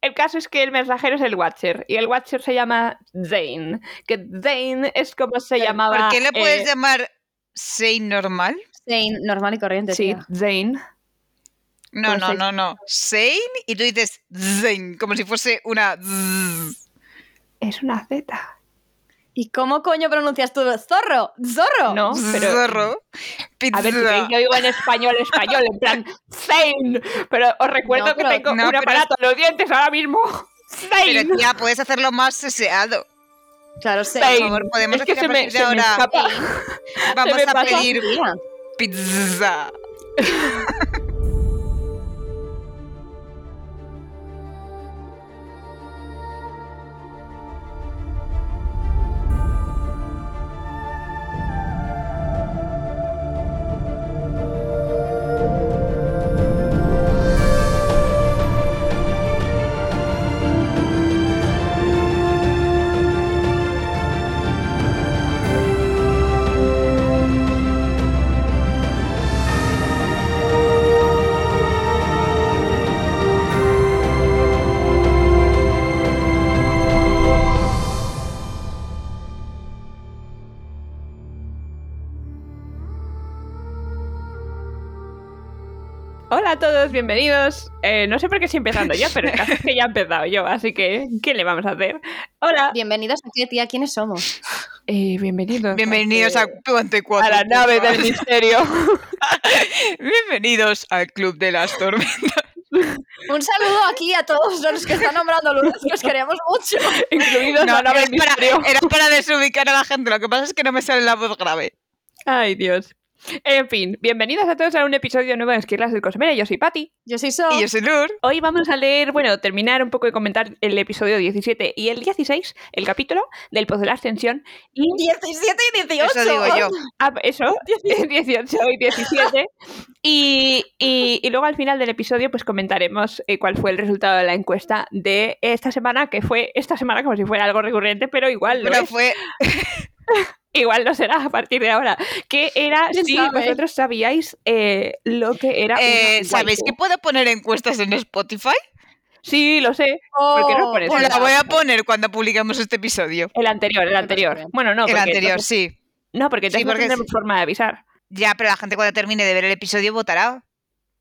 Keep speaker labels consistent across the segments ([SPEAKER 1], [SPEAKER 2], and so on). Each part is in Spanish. [SPEAKER 1] El caso es que el mensajero es el Watcher y el Watcher se llama Zane, que Zane es como se llamaba.
[SPEAKER 2] ¿Por qué le puedes
[SPEAKER 1] eh,
[SPEAKER 2] llamar Zane normal?
[SPEAKER 3] Zane, normal y corriente.
[SPEAKER 1] Sí,
[SPEAKER 3] tía.
[SPEAKER 1] Zane.
[SPEAKER 2] No,
[SPEAKER 3] Pues
[SPEAKER 2] no,
[SPEAKER 3] es-
[SPEAKER 2] no, no. Zane y tú dices Zane, como si fuese una zzz.
[SPEAKER 1] Es una Z.
[SPEAKER 3] ¿Y cómo coño pronuncias tú? ¡Zorro! ¡Zorro!
[SPEAKER 1] No, pero.
[SPEAKER 2] zorro.
[SPEAKER 1] A ver, si veis,
[SPEAKER 2] Pizza.
[SPEAKER 1] yo digo en español, español, en plan Zane. Pero os recuerdo
[SPEAKER 3] No, pero-
[SPEAKER 1] que tengo
[SPEAKER 2] no,
[SPEAKER 1] un
[SPEAKER 2] pero-
[SPEAKER 1] aparato en los dientes ahora mismo. Zane.
[SPEAKER 2] Pero tía, puedes hacerlo más seseado.
[SPEAKER 3] Claro, sí.
[SPEAKER 1] Zane.
[SPEAKER 2] Por favor, podemos
[SPEAKER 1] es que se
[SPEAKER 2] decir a
[SPEAKER 1] me,
[SPEAKER 2] partir
[SPEAKER 1] se
[SPEAKER 2] de
[SPEAKER 1] me
[SPEAKER 2] ahora
[SPEAKER 1] escapa.
[SPEAKER 2] vamos
[SPEAKER 1] me
[SPEAKER 2] a
[SPEAKER 1] pasa.
[SPEAKER 2] pedir pizza.
[SPEAKER 1] Hola a todos, bienvenidos. Eh, no sé por qué estoy empezando yo, pero el caso es que ya he empezado yo, así que ¿qué le vamos a hacer? Hola.
[SPEAKER 3] Bienvenidos a qué, tía. ¿Quiénes somos?
[SPEAKER 1] Eh, bienvenidos.
[SPEAKER 2] Bienvenidos a
[SPEAKER 1] eh,
[SPEAKER 2] Cuatro.
[SPEAKER 1] a la nave del misterio.
[SPEAKER 2] Bienvenidos al Club de las Tormentas.
[SPEAKER 3] Un saludo aquí a todos los que están nombrando Lourdes, que os queremos mucho.
[SPEAKER 1] Incluidos la nave
[SPEAKER 2] era,
[SPEAKER 1] del misterio.
[SPEAKER 2] para, era para desubicar a la gente. Lo que pasa es que no me sale la voz grave.
[SPEAKER 1] Ay, Dios. En fin, bienvenidos a todos a un episodio nuevo de Esquirlas del Cosmera. Yo soy Patti.
[SPEAKER 3] Yo soy Sol.
[SPEAKER 2] Y yo soy Lur.
[SPEAKER 1] Hoy vamos a leer, bueno, terminar un poco de comentar el episodio 17 y el 16, el capítulo del Pozo de la Ascensión. Y
[SPEAKER 3] 17 y 18.
[SPEAKER 2] Eso digo yo.
[SPEAKER 1] Ah, eso, 18 y 17. Y, y- y luego al final del episodio pues comentaremos eh, cuál fue el resultado de la encuesta de esta semana, que fue esta semana como si fuera algo recurrente, pero igual lo,
[SPEAKER 2] Pero
[SPEAKER 1] es,
[SPEAKER 2] fue
[SPEAKER 1] igual lo será a partir de ahora. Que era
[SPEAKER 3] ¿Quién
[SPEAKER 1] si
[SPEAKER 3] sabe?
[SPEAKER 1] vosotros sabíais eh, lo que era... una
[SPEAKER 2] Eh,
[SPEAKER 1] waifu.
[SPEAKER 2] ¿Sabéis que puedo poner encuestas en Spotify?
[SPEAKER 1] Sí, lo sé. ¿Por qué no pones
[SPEAKER 3] Oh. hola.
[SPEAKER 2] La voy a poner cuando publiquemos este episodio.
[SPEAKER 1] El anterior, el
[SPEAKER 3] Me
[SPEAKER 1] anterior.
[SPEAKER 3] parece bien.
[SPEAKER 1] Bueno, no,
[SPEAKER 2] el
[SPEAKER 1] porque
[SPEAKER 2] anterior,
[SPEAKER 1] entonces-
[SPEAKER 2] sí.
[SPEAKER 1] no, porque entonces
[SPEAKER 2] Sí,
[SPEAKER 1] no
[SPEAKER 2] porque es-
[SPEAKER 1] tenemos forma de avisar.
[SPEAKER 2] Ya, pero la gente cuando termine de ver el episodio votará.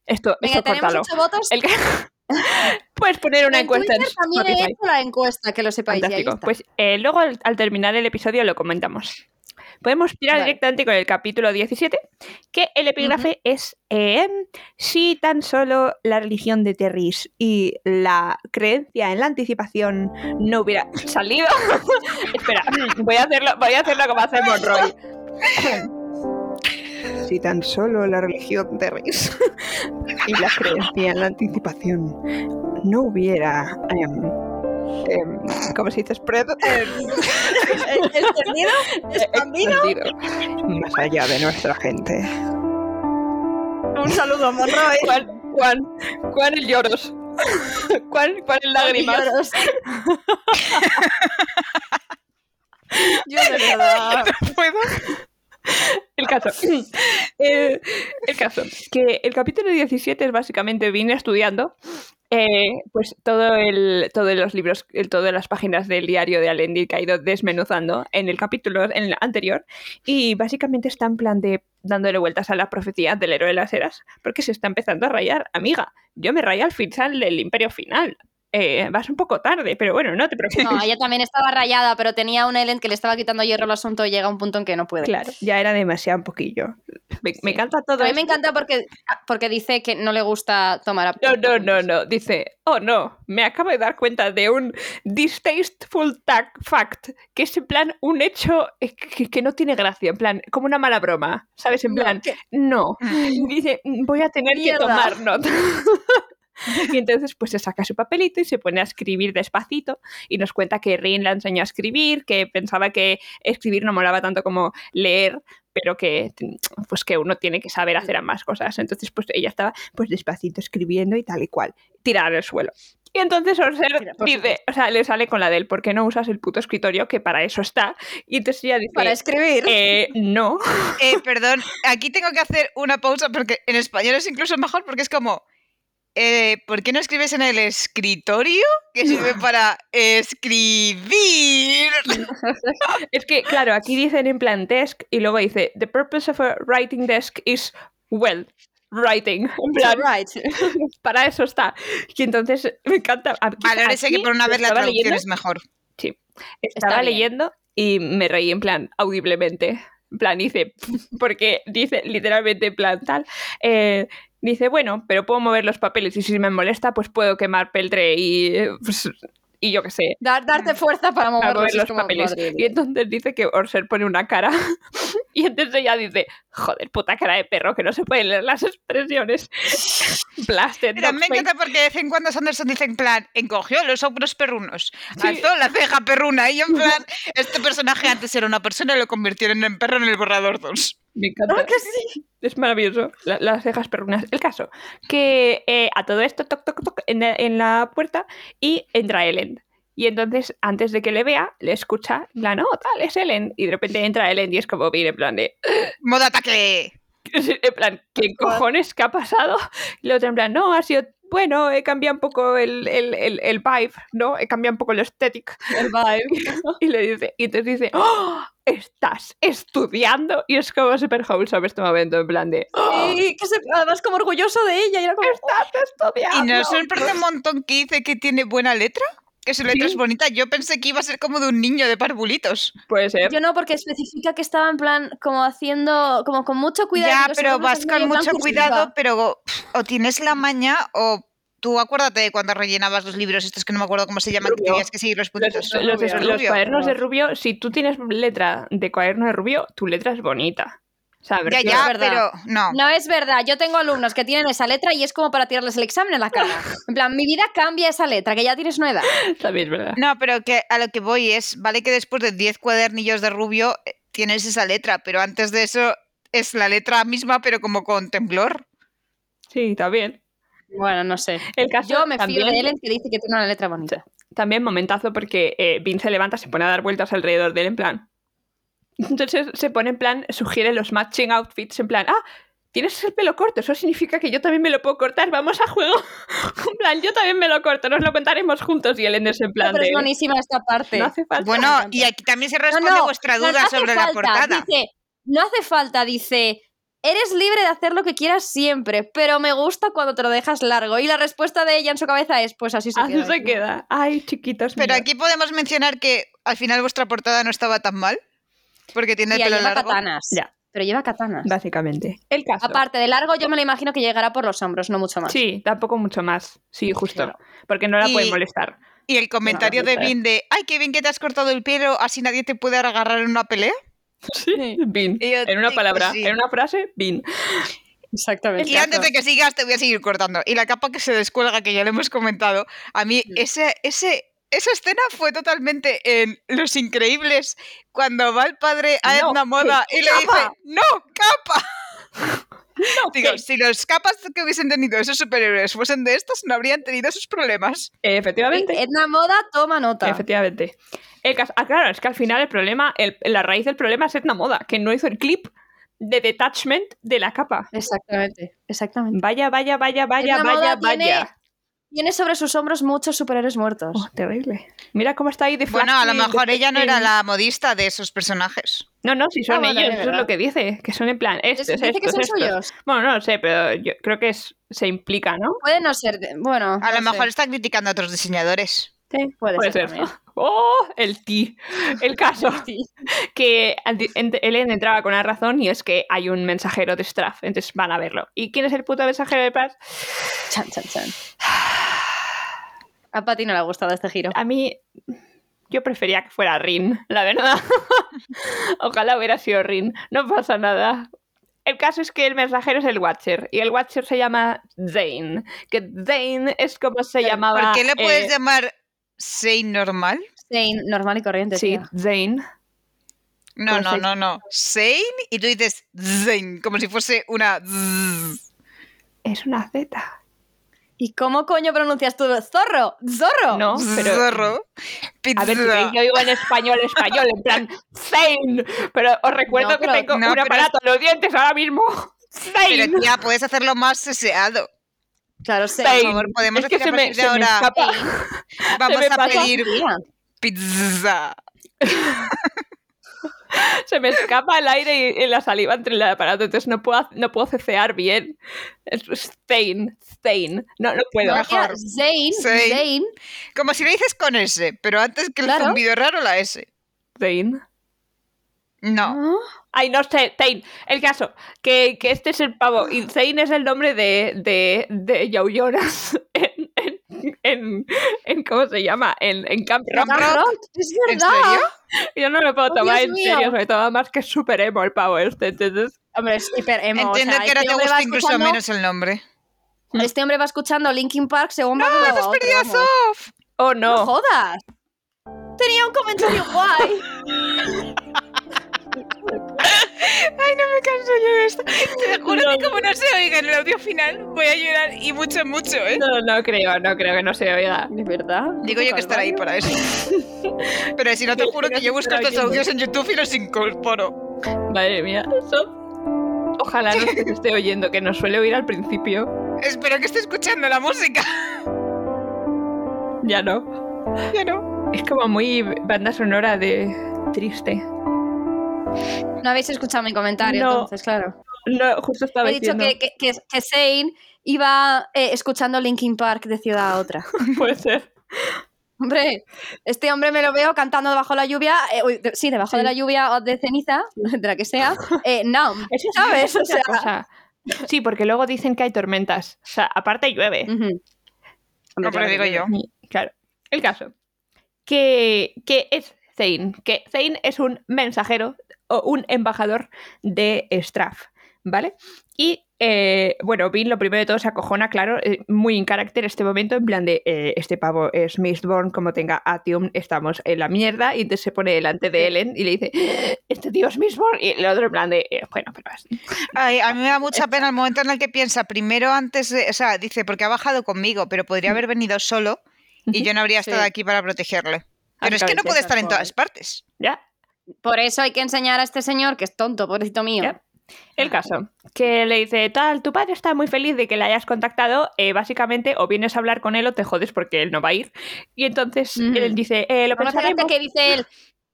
[SPEAKER 1] Esto,
[SPEAKER 3] Venga,
[SPEAKER 1] esto
[SPEAKER 3] tenemos
[SPEAKER 1] córtalo.
[SPEAKER 3] 8 votos.
[SPEAKER 1] El- Puedes poner una
[SPEAKER 3] En
[SPEAKER 1] encuesta en
[SPEAKER 3] Twitter también he
[SPEAKER 1] Spotify.
[SPEAKER 3] hecho la encuesta, que lo sepáis. y ahí
[SPEAKER 1] Fantástico.
[SPEAKER 3] está.
[SPEAKER 1] Pues eh, luego al, al terminar el episodio lo comentamos. Podemos tirar
[SPEAKER 3] Vale.
[SPEAKER 1] directamente con el capítulo 17, que el epígrafe es eh, si tan solo la religión de Terris y la creencia en la anticipación no hubiera salido. Espera, voy a hacerlo, voy a hacerlo como hace Monroy.
[SPEAKER 4] Si tan solo la religión de Riz y la creencia en la anticipación no hubiera. em, em, ¿Cómo se dice? Spread
[SPEAKER 1] Pues
[SPEAKER 3] ¿Entendido?
[SPEAKER 1] Eh,
[SPEAKER 3] ¿Expandido?
[SPEAKER 4] Expandido. más allá de nuestra gente.
[SPEAKER 3] Un saludo, Monroy.
[SPEAKER 1] Juan, Juan, Juan el lloros. Juan, Juan el lágrimas.
[SPEAKER 3] Lloros. Yo de verdad.
[SPEAKER 2] ¿Puedo?
[SPEAKER 1] El caso. Eh, el caso. Que el capítulo 17 es básicamente vine estudiando eh, pues todo el, todos los libros, el- todas las páginas del diario de Alendil que ha ido desmenuzando en el capítulo en el anterior. Y básicamente está en plan de dándole vueltas a la profecía del héroe de las eras. Porque se está empezando a rayar. Amiga, yo me rayé al final del imperio final. Eh, vas un poco tarde, pero bueno, no te preocupes.
[SPEAKER 3] No, ella también estaba rayada, pero tenía un Ellen que le estaba quitando hierro al asunto y llega un punto en que no puede.
[SPEAKER 1] Claro, ya era demasiado un poquillo. Me, me encanta todo
[SPEAKER 3] A mí
[SPEAKER 1] esto.
[SPEAKER 3] me encanta porque, porque dice que no le gusta tomar a
[SPEAKER 1] No, no, no, no. Dice, oh no, me acabo de dar cuenta de un distasteful tac- fact, que es en plan un hecho eh, que, que no tiene gracia, en plan, como una mala broma, ¿sabes? En plan, no. Y Dice, "Mm, voy a tener
[SPEAKER 3] Mierda.
[SPEAKER 1] que tomar nota. Y entonces pues se saca su papelito y se pone a escribir despacito y nos cuenta que Rin la enseñó a escribir, que pensaba que escribir no molaba tanto como leer, pero que pues que uno tiene que saber hacer ambas cosas. Entonces pues ella estaba pues despacito escribiendo y tal y cual, tirada al suelo. Y entonces Orser
[SPEAKER 3] Mira, pues, por
[SPEAKER 1] dice, o sea, le sale con la del por qué no usas el puto escritorio que para eso está. Y entonces ella dice,
[SPEAKER 3] para escribir.
[SPEAKER 1] "Eh, no.
[SPEAKER 2] Eh, perdón, aquí tengo que hacer una pausa porque en español es incluso mejor porque es como eh, ¿por qué no escribes en el escritorio? Que sirve para escribir.
[SPEAKER 1] Es que, claro, aquí dicen en plan desk y luego dice, the purpose of a writing desk is, well, writing. En plan,
[SPEAKER 3] Right.
[SPEAKER 1] para eso está. Y entonces me encanta. Aquí-
[SPEAKER 2] Valórese que
[SPEAKER 1] aquí
[SPEAKER 2] por una vez la
[SPEAKER 1] estaba
[SPEAKER 2] traducción
[SPEAKER 1] leyendo,
[SPEAKER 2] es mejor.
[SPEAKER 1] Estaba
[SPEAKER 3] bien.
[SPEAKER 1] leyendo y me reí en plan audiblemente. En plan, dice, porque dice literalmente en plan tal. eh, dice, bueno, pero puedo mover los papeles y si me molesta, pues puedo quemar peltre y, eh, pues, y yo qué sé.
[SPEAKER 3] Dar- darte fuerza para
[SPEAKER 1] a
[SPEAKER 3] mover
[SPEAKER 1] mover
[SPEAKER 3] los,
[SPEAKER 1] los papeles. Y entonces dice que Orser pone una cara. Y entonces ella dice, joder, puta cara de perro, que no se pueden leer las expresiones. Blasted.
[SPEAKER 2] Pero
[SPEAKER 1] dog
[SPEAKER 2] me
[SPEAKER 1] face.
[SPEAKER 2] encanta porque de vez en cuando Sanderson dice en plan, encogió los hombros perrunos,
[SPEAKER 1] Sí.
[SPEAKER 2] alzó la ceja perruna y yo en plan, este personaje antes era una persona y lo convirtieron en perro en el borrador 2.
[SPEAKER 1] Me encanta.
[SPEAKER 3] Ah,
[SPEAKER 1] Es maravilloso. La- las cejas perrunas. El caso, que eh, a todo esto, toc, toc, toc, en, la- en la puerta y entra Ellen. Y entonces, antes de que le vea, le escucha, la no, tal, es Ellen. Y de repente entra Ellen y es como viene en plan de,
[SPEAKER 2] Modo ataque.
[SPEAKER 1] en plan, ¿qué cojones? ¿Qué ha pasado? Y la otra en plan, no, ha sido, bueno, he cambiado un poco el, el, el, el vibe, ¿no? He cambiado un poco el aesthetic.
[SPEAKER 3] El vibe.
[SPEAKER 1] Y le dice, y entonces dice, ¡Oh! estás estudiando. Y es como super wholesome este momento, en plan de,
[SPEAKER 3] Sí, que se, además como orgulloso de ella. Y era como,
[SPEAKER 1] estás
[SPEAKER 2] Y
[SPEAKER 1] estudiando.
[SPEAKER 2] nos sorprende un montón que dice que tiene buena letra, que su letra
[SPEAKER 1] pues Sí.
[SPEAKER 2] es bonita. Yo pensé que iba a ser como de un niño de parvulitos.
[SPEAKER 1] Puede ser.
[SPEAKER 3] Yo no, porque especifica que estaba en plan como haciendo, como con mucho cuidado.
[SPEAKER 2] ya,
[SPEAKER 3] los
[SPEAKER 2] pero
[SPEAKER 3] ojos
[SPEAKER 2] vas
[SPEAKER 3] así
[SPEAKER 2] con
[SPEAKER 3] en plan
[SPEAKER 2] mucho
[SPEAKER 3] cursiva.
[SPEAKER 2] cuidado, pero pff, o tienes la maña o tú acuérdate de cuando rellenabas los libros estos que no me acuerdo cómo se llaman, que
[SPEAKER 1] Rubio.
[SPEAKER 2] tenías que seguir los
[SPEAKER 1] Los,
[SPEAKER 2] puntitos.
[SPEAKER 1] los-
[SPEAKER 3] Pues Rubio,
[SPEAKER 1] los
[SPEAKER 2] rubio.
[SPEAKER 1] cuadernos de rubio, si tú tienes letra de cuaderno de rubio, tu letra es bonita. O sea,
[SPEAKER 2] Ya,
[SPEAKER 1] versión-
[SPEAKER 2] ya,
[SPEAKER 3] verdad.
[SPEAKER 2] pero no.
[SPEAKER 3] No es verdad, yo tengo alumnos que tienen esa letra y es como para tirarles el examen en la cara. En plan, mi vida cambia esa letra, que ya tienes una edad.
[SPEAKER 1] También es verdad.
[SPEAKER 2] No, pero que a lo que voy es, vale que después de 10 cuadernillos de rubio eh, tienes esa letra, pero antes de eso es la letra misma, pero como con temblor.
[SPEAKER 1] Sí, también.
[SPEAKER 3] Bueno, no sé.
[SPEAKER 1] El caso
[SPEAKER 3] Yo me
[SPEAKER 1] también,
[SPEAKER 3] fío de Ellen que dice que tiene una letra bonita.
[SPEAKER 1] también momentazo porque eh, Vin se levanta, se pone a dar vueltas alrededor de él en plan. Entonces se pone en plan, sugiere los matching outfits en plan, ah, tienes el pelo corto, eso significa que yo también me lo puedo cortar, vamos a juego. en plan, yo también me lo corto, nos lo contaremos juntos y Ellen es en plan
[SPEAKER 3] pero es
[SPEAKER 1] de,
[SPEAKER 3] buenísima esta parte.
[SPEAKER 1] No hace falta.
[SPEAKER 2] Bueno,
[SPEAKER 3] encanta.
[SPEAKER 2] y aquí también se
[SPEAKER 3] No,
[SPEAKER 2] responde
[SPEAKER 3] no,
[SPEAKER 2] vuestra
[SPEAKER 3] no, no
[SPEAKER 2] duda
[SPEAKER 3] hace
[SPEAKER 2] sobre la
[SPEAKER 3] falta,
[SPEAKER 2] portada.
[SPEAKER 3] Dice, no hace falta, dice, eres libre de hacer lo que quieras siempre, pero me gusta cuando te lo dejas largo. Y la respuesta de ella en su cabeza es, pues así se
[SPEAKER 1] Así
[SPEAKER 3] queda.
[SPEAKER 1] se queda. Ay, chiquitos.
[SPEAKER 2] Pero
[SPEAKER 1] míos.
[SPEAKER 2] aquí podemos mencionar que al final vuestra portada no estaba tan mal, porque tiene
[SPEAKER 3] Y
[SPEAKER 2] el pelo
[SPEAKER 3] lleva
[SPEAKER 2] largo.
[SPEAKER 3] katanas.
[SPEAKER 1] Ya.
[SPEAKER 3] Pero lleva katanas.
[SPEAKER 1] Básicamente. El caso.
[SPEAKER 3] Aparte de largo, yo me lo imagino que llegará por los hombros, no mucho más.
[SPEAKER 1] Sí, tampoco mucho más. Sí, justo.
[SPEAKER 3] Claro.
[SPEAKER 1] Porque no la
[SPEAKER 2] Y-
[SPEAKER 1] pueden molestar.
[SPEAKER 2] Y el comentario
[SPEAKER 1] no
[SPEAKER 2] de
[SPEAKER 1] sé.
[SPEAKER 2] Vin de, ay, qué bien que te has cortado el pelo, así nadie te puede agarrar en una pelea.
[SPEAKER 1] Sí. Bin.
[SPEAKER 2] Y yo
[SPEAKER 1] En una
[SPEAKER 2] digo,
[SPEAKER 1] palabra,
[SPEAKER 2] sí.
[SPEAKER 1] en una frase, bin.
[SPEAKER 3] Exactamente.
[SPEAKER 2] Y antes de que sigas, te voy a seguir cortando. Y la capa que se descuelga, que ya lo hemos comentado, a mí
[SPEAKER 3] Mm.
[SPEAKER 2] ese, ese, esa escena fue totalmente en Los Increíbles, cuando va el padre a
[SPEAKER 1] No,
[SPEAKER 2] Edna Moda y le dice,
[SPEAKER 1] capa.
[SPEAKER 2] ¡No, capa!
[SPEAKER 1] No,
[SPEAKER 2] Digo,
[SPEAKER 1] que-
[SPEAKER 2] si los capas que hubiesen tenido esos superhéroes fuesen de estos, no habrían tenido esos problemas.
[SPEAKER 1] Efectivamente.
[SPEAKER 3] Edna Moda toma nota.
[SPEAKER 1] Efectivamente. El caso, ah, claro, es que al final el problema, el- la raíz del problema es Etna Moda, que no hizo el clip de detachment de la capa.
[SPEAKER 3] Exactamente. Exactamente.
[SPEAKER 1] Vaya, vaya, vaya, vaya,
[SPEAKER 3] Edna
[SPEAKER 1] vaya,
[SPEAKER 3] Moda
[SPEAKER 1] vaya.
[SPEAKER 3] Tiene sobre sus hombros muchos superhéroes muertos.
[SPEAKER 1] Oh, terrible. Mira cómo está ahí de
[SPEAKER 2] Bueno, a lo
[SPEAKER 1] flashy,
[SPEAKER 2] mejor
[SPEAKER 1] de
[SPEAKER 2] ella no era
[SPEAKER 1] flashy.
[SPEAKER 2] la modista de esos personajes.
[SPEAKER 1] No, no, si son
[SPEAKER 3] Ah, bueno,
[SPEAKER 1] ellos,
[SPEAKER 3] es
[SPEAKER 1] eso es lo
[SPEAKER 3] verdad.
[SPEAKER 1] que dice, que son en plan estos,
[SPEAKER 3] Es- dice que
[SPEAKER 1] estos,
[SPEAKER 3] son
[SPEAKER 1] estos.
[SPEAKER 3] suyos.
[SPEAKER 1] Bueno, no lo sé, pero yo creo que es- se implica, ¿no?
[SPEAKER 3] Puede no ser. de- Bueno.
[SPEAKER 2] A lo
[SPEAKER 3] no sé.
[SPEAKER 2] mejor está criticando a otros diseñadores.
[SPEAKER 1] Sí,
[SPEAKER 3] Puede ser
[SPEAKER 1] ¡Oh! El ti. El caso que anti- ent- Ellen entraba con una razón y es que hay un mensajero de Straff, entonces van a verlo. ¿Y quién es el puto mensajero de Paz?
[SPEAKER 3] Chan, chan, chan. A Patty no le ha gustado este giro.
[SPEAKER 1] A mí, yo prefería que fuera Rin, la verdad. Ojalá hubiera sido Rin, no pasa nada. El caso es que el mensajero es el Watcher y el Watcher se llama Zane, que Zane es como se llamaba.
[SPEAKER 2] ¿Por qué le puedes
[SPEAKER 1] eh,
[SPEAKER 2] llamar Sei normal?
[SPEAKER 3] Sí, normal y corriente.
[SPEAKER 1] Sí,
[SPEAKER 3] tía.
[SPEAKER 1] Zane.
[SPEAKER 2] No,
[SPEAKER 1] Con
[SPEAKER 2] no,
[SPEAKER 1] seis-
[SPEAKER 2] no, no. Zane y tú dices Zane, como si fuese una zzz.
[SPEAKER 1] Es una Z.
[SPEAKER 3] ¿Y cómo coño pronuncias tú? ¡Zorro! ¡Zorro!
[SPEAKER 2] Oh.
[SPEAKER 1] No, pero.
[SPEAKER 2] zorro.
[SPEAKER 1] A ver, si veis,
[SPEAKER 2] pizza.
[SPEAKER 1] yo digo en español, español, en plan, Zane. Pero os recuerdo
[SPEAKER 3] No, pero-
[SPEAKER 1] que tengo
[SPEAKER 2] no,
[SPEAKER 1] un
[SPEAKER 2] pero
[SPEAKER 1] aparato en los dientes ahora mismo. Zane.
[SPEAKER 2] Pero ya puedes hacerlo más seseado.
[SPEAKER 3] Claro, sí.
[SPEAKER 2] Por
[SPEAKER 1] Pain.
[SPEAKER 2] favor, podemos
[SPEAKER 1] Es que
[SPEAKER 2] decir
[SPEAKER 1] se
[SPEAKER 2] a
[SPEAKER 1] me,
[SPEAKER 2] partir de
[SPEAKER 1] se me
[SPEAKER 2] ahora,
[SPEAKER 1] escapa.
[SPEAKER 2] vamos
[SPEAKER 1] me
[SPEAKER 2] a
[SPEAKER 1] pasa.
[SPEAKER 2] pedir pizza.
[SPEAKER 1] se me escapa el aire y, y la saliva entre el aparato, entonces no puedo, no puedo cecear bien. Es- es Zane, Zane. No, no puedo.
[SPEAKER 2] No. mejor.
[SPEAKER 3] Zane,
[SPEAKER 2] Zane.
[SPEAKER 3] Zane.
[SPEAKER 2] Como si lo dices con S, pero antes que el
[SPEAKER 3] Claro.
[SPEAKER 2] zumbido raro, la S.
[SPEAKER 1] Zane.
[SPEAKER 2] No.
[SPEAKER 3] Ah,
[SPEAKER 1] Ay, no sé, Zane. El caso, que, que este es el pavo. Y Zane es el nombre de, de, de Joe Jonas en, en, en- en- ¿Cómo se llama? En, en Camp Rock.
[SPEAKER 2] Camp Rock.
[SPEAKER 3] Rock, Es
[SPEAKER 1] Ah,
[SPEAKER 2] ¿En
[SPEAKER 3] verdad.
[SPEAKER 2] serio?
[SPEAKER 1] Yo no lo puedo
[SPEAKER 3] Oh,
[SPEAKER 1] tomar
[SPEAKER 3] Dios
[SPEAKER 1] en
[SPEAKER 3] mío.
[SPEAKER 1] serio, sobre todo más que es super emo el pavo este. Entonces,
[SPEAKER 3] Hombre, es hiper emo. o
[SPEAKER 2] Entiendo
[SPEAKER 3] sea,
[SPEAKER 2] que ahora
[SPEAKER 3] este
[SPEAKER 2] te
[SPEAKER 3] hombre va
[SPEAKER 2] gusta incluso
[SPEAKER 3] escuchando-
[SPEAKER 2] menos el nombre.
[SPEAKER 3] Este hombre va escuchando Linkin Park según va de un lado a
[SPEAKER 2] ¡Hemos
[SPEAKER 3] otro,
[SPEAKER 2] perdido a
[SPEAKER 3] vamos.
[SPEAKER 2] Sof!
[SPEAKER 1] oh
[SPEAKER 3] ¡No
[SPEAKER 1] no.
[SPEAKER 3] jodas! Tenía un comentario guay.
[SPEAKER 2] Ay, no me canso yo de esto. Te juro que como no se oiga en el audio final, voy a llorar y mucho, mucho, ¿eh?
[SPEAKER 1] No, no creo, no creo que no se oiga.
[SPEAKER 3] ¿De verdad?
[SPEAKER 2] Digo yo que estará ahí para eso. Pero si no te
[SPEAKER 1] Sí,
[SPEAKER 2] juro
[SPEAKER 1] pero
[SPEAKER 2] que
[SPEAKER 1] sí
[SPEAKER 2] yo busco
[SPEAKER 1] estará
[SPEAKER 2] estos
[SPEAKER 1] oyendo.
[SPEAKER 2] audios en YouTube y los incorporo.
[SPEAKER 1] Madre mía, eso. Ojalá no se esté oyendo, que nos suele oír al principio.
[SPEAKER 2] Espero que esté escuchando la música.
[SPEAKER 1] Ya no.
[SPEAKER 2] Ya no.
[SPEAKER 1] Es como muy banda sonora de triste.
[SPEAKER 3] No habéis escuchado mi comentario,
[SPEAKER 1] No.
[SPEAKER 3] entonces, claro.
[SPEAKER 1] No, justo estaba
[SPEAKER 3] He dicho
[SPEAKER 1] diciendo.
[SPEAKER 3] que, que, que, que Zane iba eh, escuchando Linkin Park de ciudad a otra.
[SPEAKER 1] Puede ser.
[SPEAKER 3] Hombre, este hombre me lo veo cantando debajo de la lluvia, eh, uy, de- sí, debajo
[SPEAKER 1] Sí.
[SPEAKER 3] de la lluvia o de ceniza, de la que sea, eh, Numb,
[SPEAKER 1] Eso sí,
[SPEAKER 3] ¿sabes?
[SPEAKER 1] eso
[SPEAKER 3] O
[SPEAKER 1] es otra
[SPEAKER 3] sea,
[SPEAKER 1] cosa. Sí, porque luego dicen que hay tormentas. O sea, aparte llueve.
[SPEAKER 3] ujú. Hombre,
[SPEAKER 2] No, pero
[SPEAKER 3] claro
[SPEAKER 2] digo
[SPEAKER 3] que
[SPEAKER 2] yo.
[SPEAKER 1] Claro. El caso. Que, que es Zane. Que Zane es un mensajero o un embajador de Straff. ¿Vale? Y eh, bueno, Vin lo primero de todo se acojona, claro, eh, muy en carácter este momento, en plan de eh, este pavo es Mistborn, como tenga Atium, estamos en la mierda, y entonces se pone delante de Ellen y le dice, este tío es Mistborn, y el otro en plan de, eh, bueno, pero es-
[SPEAKER 2] Ay, a mí me da mucha pena el momento en el que piensa, primero antes, de- o sea, dice, porque ha bajado conmigo, pero podría haber venido solo y yo no habría estado
[SPEAKER 3] Sí.
[SPEAKER 2] aquí para protegerle. Pero es
[SPEAKER 1] Aunque
[SPEAKER 2] que no
[SPEAKER 1] a veces
[SPEAKER 2] puede estar en
[SPEAKER 3] pobre.
[SPEAKER 2] todas partes.
[SPEAKER 1] ya,
[SPEAKER 3] Por eso hay que enseñar a este señor, que es tonto, pobrecito mío.
[SPEAKER 1] Ya. El caso, que le dice, tal, tu padre está muy feliz de que le hayas contactado, eh, básicamente o vienes a hablar con él o te jodes porque él no va a ir. Y entonces
[SPEAKER 3] Ujú.
[SPEAKER 1] él dice, "Eh, lo
[SPEAKER 3] Pero no hace
[SPEAKER 1] pensaremos".
[SPEAKER 3] falta que dice él,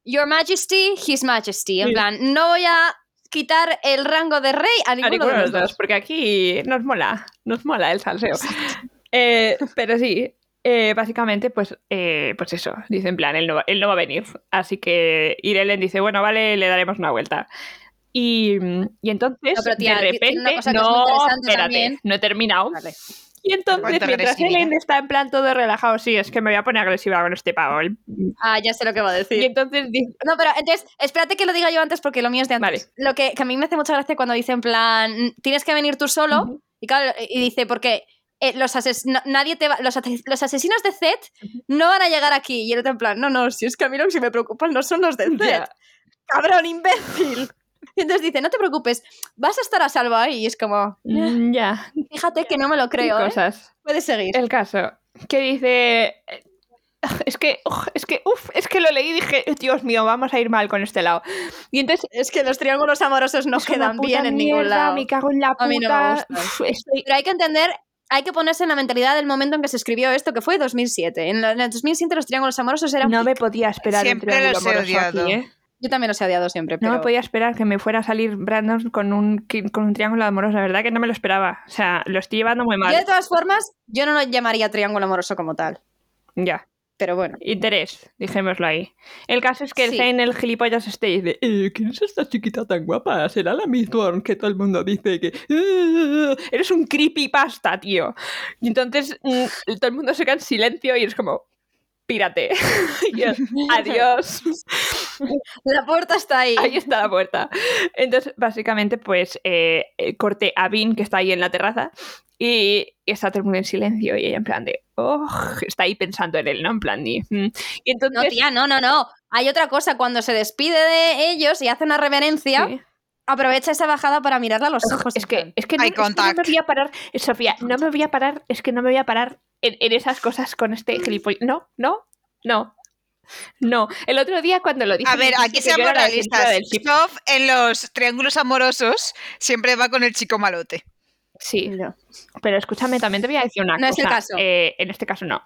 [SPEAKER 3] Your Majesty, His Majesty. En
[SPEAKER 1] Sí.
[SPEAKER 3] plan, no voy a quitar el rango de rey a
[SPEAKER 1] A
[SPEAKER 3] ninguno
[SPEAKER 1] ninguno
[SPEAKER 3] de los dos.
[SPEAKER 1] porque aquí nos mola, nos mola el salseo. Eh, pero sí, eh, básicamente, pues, eh, pues eso, dice en plan, él no, va- él no va a venir. Así que Irelen dice, bueno, vale, le daremos una vuelta. Y, y entonces,
[SPEAKER 3] No, pero tía,
[SPEAKER 1] de
[SPEAKER 3] tiene una
[SPEAKER 1] repente,
[SPEAKER 3] cosa que es muy
[SPEAKER 1] no,
[SPEAKER 3] interesante
[SPEAKER 1] espérate,
[SPEAKER 3] también.
[SPEAKER 1] no he terminado.
[SPEAKER 3] Vale.
[SPEAKER 1] Y entonces,
[SPEAKER 2] Cuánta
[SPEAKER 1] mientras
[SPEAKER 2] agresividad.
[SPEAKER 1] Helen está en plan todo relajado, sí, es que me voy a poner agresiva con este pavo. El-
[SPEAKER 3] Ah, ya sé lo que va a decir.
[SPEAKER 1] Y entonces dice,
[SPEAKER 3] No, pero entonces, espérate que lo diga yo antes porque lo mío es de antes. Lo que, que a mí me hace mucha gracia cuando dice en plan, tienes que venir tú solo.
[SPEAKER 1] Ujú.
[SPEAKER 3] Y claro, y dice, porque eh, los, ases- no- nadie te va- los, ate- los asesinos de Zed no van a llegar aquí. Y él está en plan, no, no, si es que a mí lo que sí me preocupan no son los de Zed.
[SPEAKER 1] "Ya".
[SPEAKER 3] Cabrón, imbécil. Y entonces dice, no te preocupes, vas a estar a salvo ahí. Y es como, "Eh,
[SPEAKER 1] Mm, ya,
[SPEAKER 3] fíjate que no me lo creo. ¿eh?
[SPEAKER 1] cosas.
[SPEAKER 3] Puedes seguir.
[SPEAKER 1] El caso, que dice... eh, Es que, uf, es que, uf, es que lo leí y dije, Dios mío, vamos a ir mal con este lado. Y entonces
[SPEAKER 3] Es que los triángulos amorosos no
[SPEAKER 1] es una
[SPEAKER 3] quedan
[SPEAKER 1] puta
[SPEAKER 3] bien en ningún
[SPEAKER 1] mierda,
[SPEAKER 3] lado.
[SPEAKER 1] Me cago en la puta.
[SPEAKER 3] A mí no me gusta.
[SPEAKER 1] Uf, estoy-
[SPEAKER 3] Pero hay que entender, hay que ponerse en la mentalidad del momento en que se escribió esto, que fue 2007. En, la- en el 2007 los triángulos amorosos eran...
[SPEAKER 1] No me podía esperar un
[SPEAKER 2] Siempre
[SPEAKER 1] triángulo
[SPEAKER 2] los he
[SPEAKER 1] amoroso aquí,
[SPEAKER 2] odiado.
[SPEAKER 1] ¿eh?
[SPEAKER 3] Yo también los he odiado siempre,
[SPEAKER 1] No
[SPEAKER 3] pero...
[SPEAKER 1] me podía esperar que me fuera a salir Brandon con un, con un triángulo amoroso. La verdad que no me lo esperaba. O sea, lo estoy llevando muy mal.
[SPEAKER 3] Yo de todas formas, yo no lo llamaría triángulo amoroso como tal,
[SPEAKER 1] Ya.
[SPEAKER 3] pero bueno.
[SPEAKER 1] Interés, dijémoslo ahí. El caso es que el
[SPEAKER 3] Sí.
[SPEAKER 1] Zane, el gilipollas este, dice, "Eh, ¿quién es esta chiquita tan guapa? ¿Será la Miss Dawn que todo el mundo dice que... eh, eres un creepypasta, tío. Y entonces mm, todo el mundo se queda en silencio y es como... Pírate. Y yo, Adiós.
[SPEAKER 3] La puerta está ahí.
[SPEAKER 1] Ahí está la puerta. Entonces, básicamente, pues eh, eh, corté a Vin, que está ahí en la terraza, y, y está todo el mundo en silencio, y ella en plan de, oh, está ahí pensando en él, ¿no? En plan de... "Mm". Y
[SPEAKER 3] No,
[SPEAKER 1] entonces...
[SPEAKER 3] tía, no, no, no. Hay otra cosa, cuando se despide de ellos y hace una reverencia,
[SPEAKER 1] sí.
[SPEAKER 3] aprovecha esa bajada para mirarla a los ojos.
[SPEAKER 1] Es
[SPEAKER 3] en
[SPEAKER 1] que,
[SPEAKER 3] plan.
[SPEAKER 1] es que no,
[SPEAKER 2] Eye
[SPEAKER 1] es que no me
[SPEAKER 2] contact.
[SPEAKER 1] voy a parar, eh, Sofía, no me voy a parar, es que no me voy a parar en, en esas cosas con
[SPEAKER 2] Mm.
[SPEAKER 1] este gilipollas. No, no, no. No, el otro día cuando lo dije...
[SPEAKER 2] A ver,
[SPEAKER 1] dije
[SPEAKER 2] aquí
[SPEAKER 1] que
[SPEAKER 2] seamos
[SPEAKER 1] yo era la defensora
[SPEAKER 2] realistas.
[SPEAKER 1] del chip.
[SPEAKER 2] Sof en los triángulos amorosos siempre va con el chico malote.
[SPEAKER 1] Sí,
[SPEAKER 3] No.
[SPEAKER 1] pero escúchame, también te voy a decir una
[SPEAKER 3] No es
[SPEAKER 1] cosa.
[SPEAKER 3] el caso.
[SPEAKER 1] Eh, en este caso no.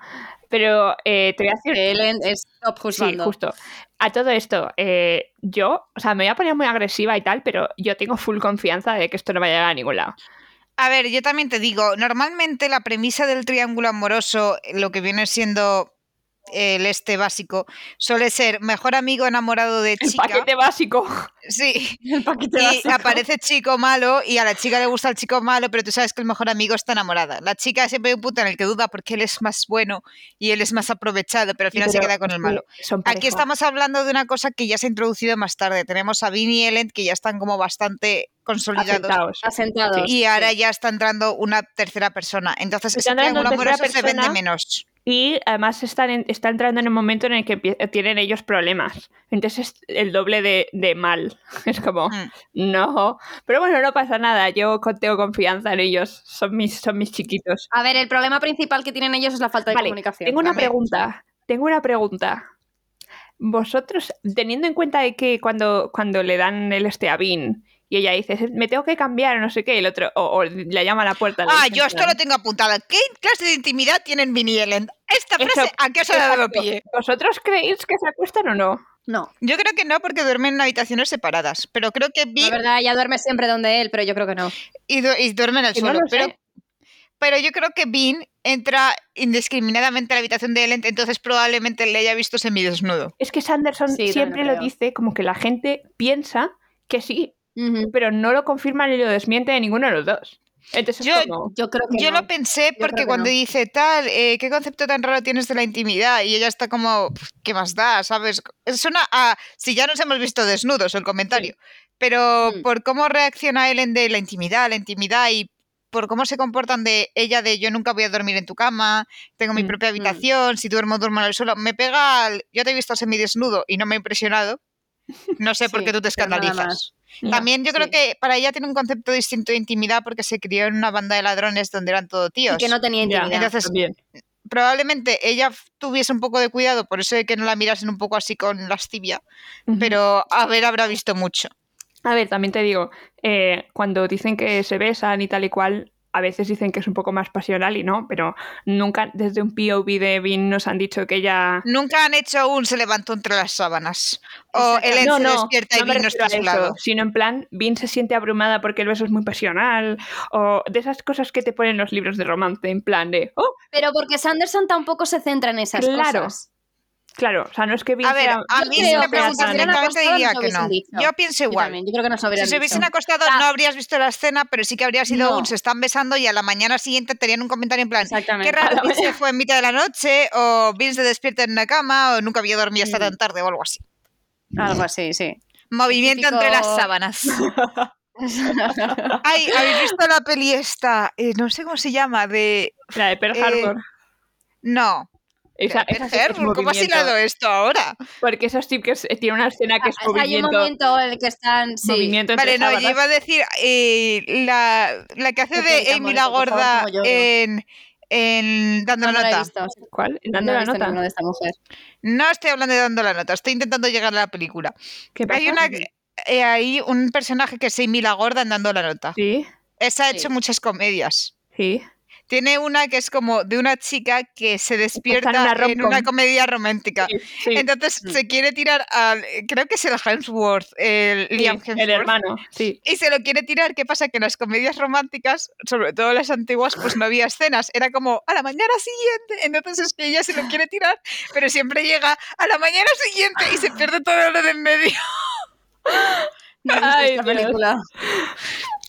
[SPEAKER 1] Pero eh, te voy a decir
[SPEAKER 3] Ellen es top
[SPEAKER 1] Sí,
[SPEAKER 3] juzgando.
[SPEAKER 1] justo. A todo esto, eh, yo, o sea, me voy a poner muy agresiva y tal, pero yo tengo full confianza de que esto no va a llegar a ningún lado.
[SPEAKER 2] A ver, yo también te digo, normalmente la premisa del triángulo amoroso, eh, lo que viene siendo el este básico, suele ser mejor amigo enamorado de
[SPEAKER 1] El
[SPEAKER 2] chica.
[SPEAKER 1] paquete básico.
[SPEAKER 2] Sí.
[SPEAKER 3] El paquete
[SPEAKER 2] Y
[SPEAKER 3] básico.
[SPEAKER 2] aparece chico malo y a la chica le gusta el chico malo, pero tú sabes que el mejor amigo está enamorada. La chica siempre hay un punto en el que duda porque él es más bueno y él es más aprovechado, pero al final se
[SPEAKER 1] Pero
[SPEAKER 2] queda con el
[SPEAKER 1] es que
[SPEAKER 2] malo.
[SPEAKER 1] son
[SPEAKER 2] Aquí
[SPEAKER 1] pareja.
[SPEAKER 2] estamos hablando de una cosa que ya se ha introducido más tarde. Tenemos a Vin y Ellen que ya están como bastante consolidados.
[SPEAKER 1] Afectados.
[SPEAKER 3] Asentados.
[SPEAKER 2] Y ahora ya está entrando una tercera persona. Entonces,
[SPEAKER 1] Está
[SPEAKER 2] ese
[SPEAKER 1] entrando
[SPEAKER 2] triángulo
[SPEAKER 1] tercera
[SPEAKER 2] amoroso se vende
[SPEAKER 1] persona.
[SPEAKER 2] menos.
[SPEAKER 1] Y además están en- está entrando en el momento en el que empie- tienen ellos problemas. Entonces es el doble de, de mal. Es como,
[SPEAKER 2] Mm.
[SPEAKER 1] no. Pero bueno, no pasa nada. Yo con- tengo confianza en ellos. Son mis, son mis chiquitos.
[SPEAKER 3] A ver, el problema principal que tienen ellos es la falta de
[SPEAKER 1] Vale,
[SPEAKER 3] comunicación.
[SPEAKER 1] Tengo una
[SPEAKER 2] también.
[SPEAKER 1] pregunta. Tengo una pregunta. Vosotros, teniendo en cuenta de que cuando, cuando le dan el este a Vin y ella dice, me tengo que cambiar, no sé qué, el otro, o, o le llama a la puerta. le
[SPEAKER 2] Ah,
[SPEAKER 1] dice,
[SPEAKER 2] yo
[SPEAKER 1] en
[SPEAKER 2] esto
[SPEAKER 1] plan,
[SPEAKER 2] lo tengo apuntado. ¿Qué clase de intimidad tienen Vin y Ellen? Esta
[SPEAKER 1] Eso-
[SPEAKER 2] frase, ¿a qué os ha dado
[SPEAKER 1] Exacto.
[SPEAKER 2] pie?
[SPEAKER 1] ¿Vosotros creéis que se acuestan o no?
[SPEAKER 3] No,
[SPEAKER 2] Yo creo que no, porque duermen en habitaciones separadas. Pero creo que
[SPEAKER 3] la
[SPEAKER 2] Vin
[SPEAKER 3] verdad, ella duerme siempre donde él, pero yo creo que no.
[SPEAKER 2] y, du- y duerme en el
[SPEAKER 1] Que no
[SPEAKER 2] suelo.
[SPEAKER 1] lo sé.
[SPEAKER 2] pero, pero yo creo que Vin entra indiscriminadamente a la habitación de Ellen, entonces probablemente le haya visto semidesnudo.
[SPEAKER 1] Es que Sanderson
[SPEAKER 3] Sí, también
[SPEAKER 1] siempre
[SPEAKER 3] lo
[SPEAKER 1] lo
[SPEAKER 3] creo.
[SPEAKER 1] dice como que la gente piensa que sí,
[SPEAKER 3] Ujú.
[SPEAKER 1] pero no lo confirma ni lo desmiente de ninguno de los dos. Entonces es
[SPEAKER 2] Yo-
[SPEAKER 1] como,
[SPEAKER 3] Yo creo que
[SPEAKER 2] Yo
[SPEAKER 3] no.
[SPEAKER 2] lo pensé
[SPEAKER 3] creo
[SPEAKER 2] porque
[SPEAKER 3] que
[SPEAKER 2] cuando
[SPEAKER 3] no.
[SPEAKER 2] dice tal, eh, ¿qué concepto tan raro tienes de la intimidad? Y ella está como, "Pf, ¿qué más da? ¿Sabes? Es una. a- si ya nos hemos visto desnudos el comentario. Pero
[SPEAKER 3] Mm.
[SPEAKER 2] por cómo reacciona Ellen de la intimidad, la intimidad y por cómo se comportan de ella de yo nunca voy a dormir en tu cama, tengo mi
[SPEAKER 1] Mm.
[SPEAKER 2] propia habitación, si duermo, duermo en el suelo. Me pega, al- yo te he visto semidesnudo y no me ha impresionado. No sé por
[SPEAKER 3] Sí,
[SPEAKER 2] qué tú te
[SPEAKER 3] pero nada
[SPEAKER 2] escandalizas.
[SPEAKER 3] más.
[SPEAKER 1] ya.
[SPEAKER 2] También yo creo
[SPEAKER 3] sí.
[SPEAKER 2] que para ella tiene un concepto distinto de intimidad porque se crió en una banda de ladrones donde eran todo tíos.
[SPEAKER 3] Y que no tenía
[SPEAKER 1] Ya,
[SPEAKER 3] intimidad.
[SPEAKER 2] Entonces,
[SPEAKER 1] También.
[SPEAKER 2] probablemente ella f- tuviese un poco de cuidado, por eso de que no la mirasen un poco así con lascivia, pero a ver, habrá visto mucho.
[SPEAKER 1] A ver, también te digo, eh, cuando dicen que se besan y tal y cual, a veces dicen que es un poco más pasional y no, pero nunca desde un POV de Vin nos han dicho que ella...
[SPEAKER 2] Nunca han hecho un se levantó entre las sábanas. O
[SPEAKER 3] Exacto.
[SPEAKER 2] Ellen
[SPEAKER 1] no,
[SPEAKER 2] se
[SPEAKER 1] no,
[SPEAKER 2] despierta
[SPEAKER 1] no
[SPEAKER 2] y
[SPEAKER 1] me
[SPEAKER 2] vino
[SPEAKER 1] refiero
[SPEAKER 2] está
[SPEAKER 1] a
[SPEAKER 2] a su
[SPEAKER 1] eso,
[SPEAKER 2] lado.
[SPEAKER 1] sino en plan, Vin se siente abrumada porque el beso es muy pasional, o de esas cosas que te ponen los libros de romance, en plan de, oh,
[SPEAKER 3] Pero porque Sanderson tampoco se centra en esas
[SPEAKER 1] Claro.
[SPEAKER 3] cosas.
[SPEAKER 1] claro, o sea, no es que Vin
[SPEAKER 2] A ver,
[SPEAKER 1] sea-
[SPEAKER 2] a mí
[SPEAKER 3] Yo
[SPEAKER 2] si
[SPEAKER 3] creo
[SPEAKER 2] me
[SPEAKER 3] que
[SPEAKER 2] preguntas
[SPEAKER 3] si hubieran
[SPEAKER 2] directamente
[SPEAKER 3] acostado,
[SPEAKER 2] diría
[SPEAKER 3] nos
[SPEAKER 2] que no.
[SPEAKER 3] hubieran dicho.
[SPEAKER 2] Yo pienso
[SPEAKER 3] Yo
[SPEAKER 2] igual.
[SPEAKER 3] también, yo creo que nos
[SPEAKER 2] Si
[SPEAKER 3] hubieran
[SPEAKER 2] se
[SPEAKER 3] dicho.
[SPEAKER 2] hubiesen acostado
[SPEAKER 3] Ah.
[SPEAKER 2] no habrías visto la escena, pero sí que habría sido
[SPEAKER 3] No.
[SPEAKER 2] un se están besando y a la mañana siguiente tenían un comentario en plan
[SPEAKER 3] Exactamente.
[SPEAKER 2] Qué raro, Bill se fue en mitad de la noche, o Bill se despierta en una cama, o nunca había dormido hasta
[SPEAKER 3] Mm.
[SPEAKER 2] tan tarde, o algo así.
[SPEAKER 3] Algo así, sí.
[SPEAKER 2] Movimiento entre las
[SPEAKER 3] típico-
[SPEAKER 2] sábanas. Ay, ¿habéis visto la peli esta? Eh, no sé cómo se llama, de...
[SPEAKER 1] la de Pearl
[SPEAKER 2] eh,
[SPEAKER 1] Harbor.
[SPEAKER 2] No.
[SPEAKER 1] Esa,
[SPEAKER 2] Pearl
[SPEAKER 1] esa sí que es
[SPEAKER 2] Harbor, ¿Cómo has
[SPEAKER 1] movimiento,
[SPEAKER 2] hilado esto ahora?
[SPEAKER 1] Porque esa sí que es- eh, tiene una escena que es
[SPEAKER 2] Ah,
[SPEAKER 3] Hay un
[SPEAKER 1] movimiento,
[SPEAKER 3] momento en el que están. Sí.
[SPEAKER 1] movimiento entre
[SPEAKER 2] Vale, no, yo
[SPEAKER 1] sábanas.
[SPEAKER 2] iba a decir eh, la, la que hace
[SPEAKER 3] Qué
[SPEAKER 2] de
[SPEAKER 3] peli tan
[SPEAKER 2] Amy la
[SPEAKER 3] bonita, por favor,
[SPEAKER 2] gorda
[SPEAKER 3] como yo.
[SPEAKER 2] en, en Dando
[SPEAKER 3] No,
[SPEAKER 2] la
[SPEAKER 3] no la he
[SPEAKER 2] Nota.
[SPEAKER 3] visto. sí.
[SPEAKER 1] ¿Cuál?
[SPEAKER 3] No
[SPEAKER 1] Dando
[SPEAKER 3] he
[SPEAKER 1] la
[SPEAKER 2] este
[SPEAKER 3] visto
[SPEAKER 1] nota.
[SPEAKER 3] ninguno de esta mujer.
[SPEAKER 2] No estoy hablando de Dando la Nota, estoy intentando llegar a la película.
[SPEAKER 1] ¿Qué pasa?
[SPEAKER 2] Hay una... eh, hay un personaje que es Amy la gorda en Dando la Nota.
[SPEAKER 1] Sí,
[SPEAKER 2] Esa ha
[SPEAKER 3] Sí.
[SPEAKER 2] hecho muchas comedias.
[SPEAKER 1] sí.
[SPEAKER 2] Tiene una que es como de una chica que se despierta
[SPEAKER 1] en una
[SPEAKER 2] en una
[SPEAKER 1] rom-com.
[SPEAKER 2] comedia romántica.
[SPEAKER 1] sí, sí.
[SPEAKER 2] Entonces
[SPEAKER 3] Mm.
[SPEAKER 2] se quiere tirar al. Creo que es el Hemsworth, el
[SPEAKER 1] Sí,
[SPEAKER 2] Liam
[SPEAKER 1] el
[SPEAKER 2] Hemsworth.
[SPEAKER 1] hermano, sí.
[SPEAKER 2] Y se lo quiere tirar. ¿Qué pasa? Que en las comedias románticas, sobre todo las antiguas, pues no había escenas. Era como a la mañana siguiente. Entonces es que ella se lo quiere tirar, pero siempre llega a la mañana siguiente y se pierde todo lo de en medio.
[SPEAKER 3] No he visto
[SPEAKER 1] Ay,
[SPEAKER 3] esta
[SPEAKER 1] Dios.
[SPEAKER 3] película.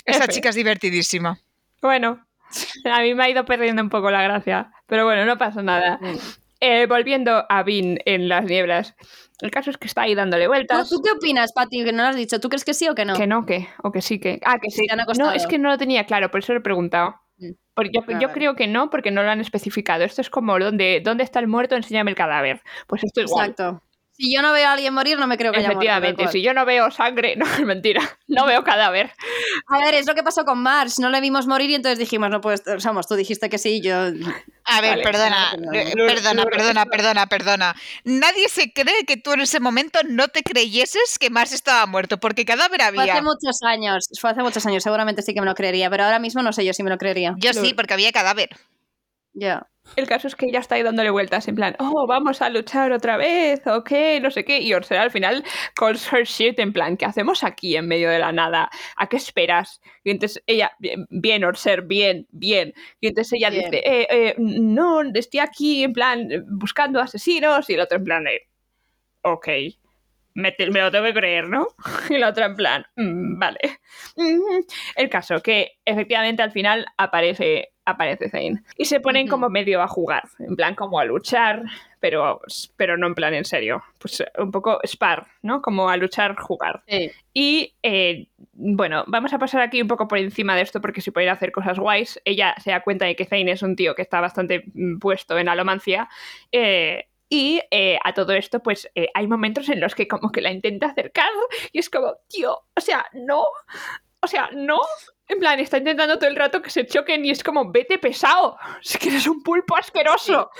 [SPEAKER 2] Esa
[SPEAKER 1] F.
[SPEAKER 2] chica es divertidísima.
[SPEAKER 1] Bueno, a mí me ha ido perdiendo un poco la gracia, pero bueno, no pasa nada.
[SPEAKER 2] Mm.
[SPEAKER 1] Eh, volviendo a Vin en las nieblas. El caso es que está ahí dándole
[SPEAKER 3] ¿Tú,
[SPEAKER 1] vueltas.
[SPEAKER 3] tú qué opinas, Pati? Que no lo has dicho. ¿Tú crees que sí o que no?
[SPEAKER 1] Que no, que, o que sí, que. Ah, que sí.
[SPEAKER 3] Se han
[SPEAKER 1] No,
[SPEAKER 3] acostado.
[SPEAKER 1] es que no lo tenía claro, por eso lo he preguntado.
[SPEAKER 3] Mm.
[SPEAKER 1] Porque yo,
[SPEAKER 3] Ah,
[SPEAKER 1] yo
[SPEAKER 3] vale.
[SPEAKER 1] creo que no, porque no lo han especificado. Esto es como donde, ¿dónde está el muerto? Enséñame el cadáver. Pues esto igual.
[SPEAKER 3] Exacto. Si yo no veo a alguien morir, no me creo que haya muerto. tal
[SPEAKER 1] Efectivamente,
[SPEAKER 3] cual.
[SPEAKER 1] si yo no veo sangre, no, es mentira, no veo cadáver.
[SPEAKER 3] A ver, es lo que pasó con Mars. No le vimos morir y entonces dijimos, no puedes. Somos, tú dijiste que sí, yo.
[SPEAKER 2] A ver,
[SPEAKER 1] Vale,
[SPEAKER 2] perdona,
[SPEAKER 3] no, no,
[SPEAKER 2] eh,
[SPEAKER 1] no, no,
[SPEAKER 2] perdona,
[SPEAKER 1] no, no,
[SPEAKER 2] perdona,
[SPEAKER 1] no.
[SPEAKER 2] perdona, perdona. Nadie se cree que tú en ese momento no te creyeses que Mars estaba muerto, porque cadáver
[SPEAKER 1] Pues
[SPEAKER 3] Fue hace
[SPEAKER 2] había.
[SPEAKER 3] muchos años. Fue hace muchos años. Seguramente sí que me lo creería, pero ahora mismo no sé yo si me lo creería.
[SPEAKER 2] Yo sí, porque había cadáver.
[SPEAKER 3] Ya.
[SPEAKER 1] El caso es que ella está ahí dándole vueltas, en plan, oh, vamos a luchar otra vez, o qué, no sé qué. Y Orsera al final calls her shit, en plan, ¿qué hacemos aquí en medio de la nada? ¿A qué esperas? Y entonces ella, bien, bien Orser, bien, bien. Y entonces ella
[SPEAKER 3] Bien.
[SPEAKER 1] dice, "Eh, eh, no, estoy aquí, en plan, buscando asesinos. Y el otro, en plan, eh, ok, me, te- me lo tengo que creer, ¿no? Y la otra, en plan, "Mm, vale. Mm, el caso que efectivamente al final aparece aparece Zane y se ponen
[SPEAKER 3] Ujú.
[SPEAKER 1] como medio a jugar, en plan como a luchar, pero, pero no en plan en serio, pues eh, un poco spar, ¿no? Como a luchar, jugar. Y eh, bueno, vamos a pasar aquí un poco por encima de esto porque si pueden hacer cosas guays, ella se da cuenta de que Zane es un tío que está bastante mm, puesto en alomancia. eh, y eh, a todo esto, pues eh, hay momentos en los que como que la intenta acercar y es como, tío, o sea, no, o sea, no. En plan, está intentando todo el rato que se choquen y es como, vete pesado, si que eres un pulpo asqueroso.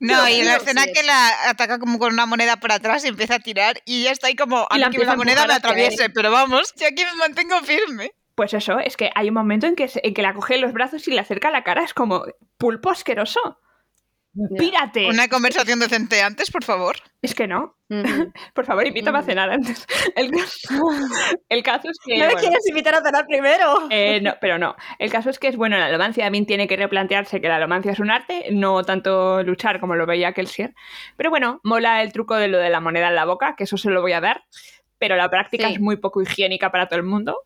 [SPEAKER 2] No, y en la
[SPEAKER 3] Dios,
[SPEAKER 2] escena
[SPEAKER 3] sí.
[SPEAKER 2] que la ataca como con una moneda por atrás y empieza a tirar y ya está ahí como, a
[SPEAKER 1] Y la
[SPEAKER 2] mí que
[SPEAKER 1] empieza
[SPEAKER 2] la
[SPEAKER 1] a
[SPEAKER 2] moneda me
[SPEAKER 1] empujar hacia
[SPEAKER 2] atraviese, pero vamos, yo aquí me mantengo firme.
[SPEAKER 1] Pues eso, es que hay un momento en que, se- en que la coge en los brazos y le acerca la cara, es como, pulpo asqueroso. Pírate.
[SPEAKER 2] Una conversación decente antes, por favor.
[SPEAKER 1] Es que no.
[SPEAKER 3] Ujú.
[SPEAKER 1] Por favor, invítame a
[SPEAKER 3] Mm.
[SPEAKER 1] cenar antes. El, ca- el caso es que.
[SPEAKER 3] ¿No me
[SPEAKER 1] bueno,
[SPEAKER 3] quieres invitar a cenar primero?
[SPEAKER 1] eh, no, pero no. El caso es que es bueno, la alomancia también tiene que replantearse que la alomancia es un arte, no tanto luchar como lo veía Kelsier. Pero bueno, mola el truco de lo de la moneda en la boca, que eso se lo voy a dar. Pero la práctica
[SPEAKER 3] Sí.
[SPEAKER 1] es muy poco higiénica para todo el mundo.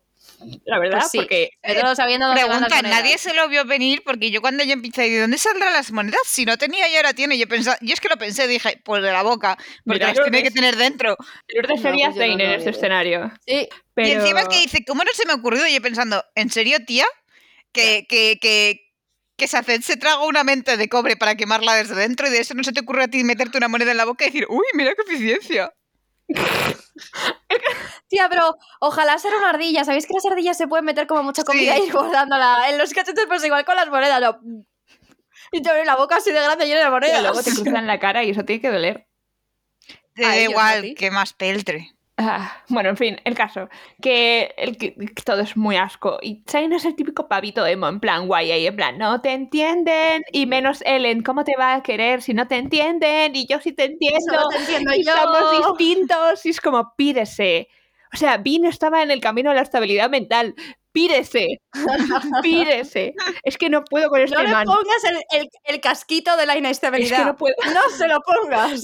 [SPEAKER 1] La verdad,
[SPEAKER 3] Pues sí.
[SPEAKER 1] porque
[SPEAKER 3] Pero sabiendo dónde van las
[SPEAKER 2] Pregunta,
[SPEAKER 3] monedas.
[SPEAKER 2] nadie se lo vio venir porque yo cuando yo empecé, ¿de dónde saldrán las monedas? Si no tenía y ahora tiene, yo pensaba, yo es que lo pensé, dije, pues de la boca, porque
[SPEAKER 1] Mira,
[SPEAKER 2] las
[SPEAKER 1] yo
[SPEAKER 2] tiene
[SPEAKER 1] ves.
[SPEAKER 2] que tener dentro.
[SPEAKER 1] Lourdes
[SPEAKER 3] No,
[SPEAKER 1] sería
[SPEAKER 3] pues yo no
[SPEAKER 1] Zane
[SPEAKER 3] lo
[SPEAKER 1] en este
[SPEAKER 3] había visto.
[SPEAKER 1] escenario.
[SPEAKER 3] Sí,
[SPEAKER 1] Pero...
[SPEAKER 2] Y encima es que dice, ¿cómo no se me ha ocurrido? Y yo pensando, ¿en serio, tía? Que, que, que, que Saced se traga una mente de cobre para quemarla desde dentro y de eso no se te ocurre a ti meterte una moneda en la boca y decir, uy, mira qué eficiencia.
[SPEAKER 3] Tía, pero ojalá sea una ardilla. ¿Sabéis que las ardillas se pueden meter como mucha comida
[SPEAKER 2] Sí.
[SPEAKER 3] y ir guardándola en los cachetes? Pues igual con las monedas, ¿no? Y te abre la boca así de grande llena de
[SPEAKER 1] pero
[SPEAKER 3] monedas.
[SPEAKER 1] luego te cruzan la cara y eso tiene que doler.
[SPEAKER 2] Te Ah,
[SPEAKER 3] A
[SPEAKER 2] da
[SPEAKER 3] ellos, ¿no a
[SPEAKER 2] igual,
[SPEAKER 3] ti?
[SPEAKER 2] que más peltre.
[SPEAKER 1] Ah, bueno, en fin, el caso. Que, el, que que todo es muy asco. Y Shane es el típico pavito emo, en plan guay, ahí en plan, no te entienden. Y menos Ellen, ¿cómo te va a querer si no te entienden? Y yo sí te entiendo.
[SPEAKER 3] Solo te entiendo
[SPEAKER 1] y
[SPEAKER 3] yo.
[SPEAKER 1] somos distintos. Y es como, pírese. O sea, Vin estaba en el camino a la estabilidad mental. Pírese. pírese. Es que no puedo con este
[SPEAKER 3] No le
[SPEAKER 1] man.
[SPEAKER 3] pongas el, el- el casquito de la
[SPEAKER 1] Es que
[SPEAKER 3] inestabilidad.
[SPEAKER 1] no puedo.
[SPEAKER 3] no... se lo pongas.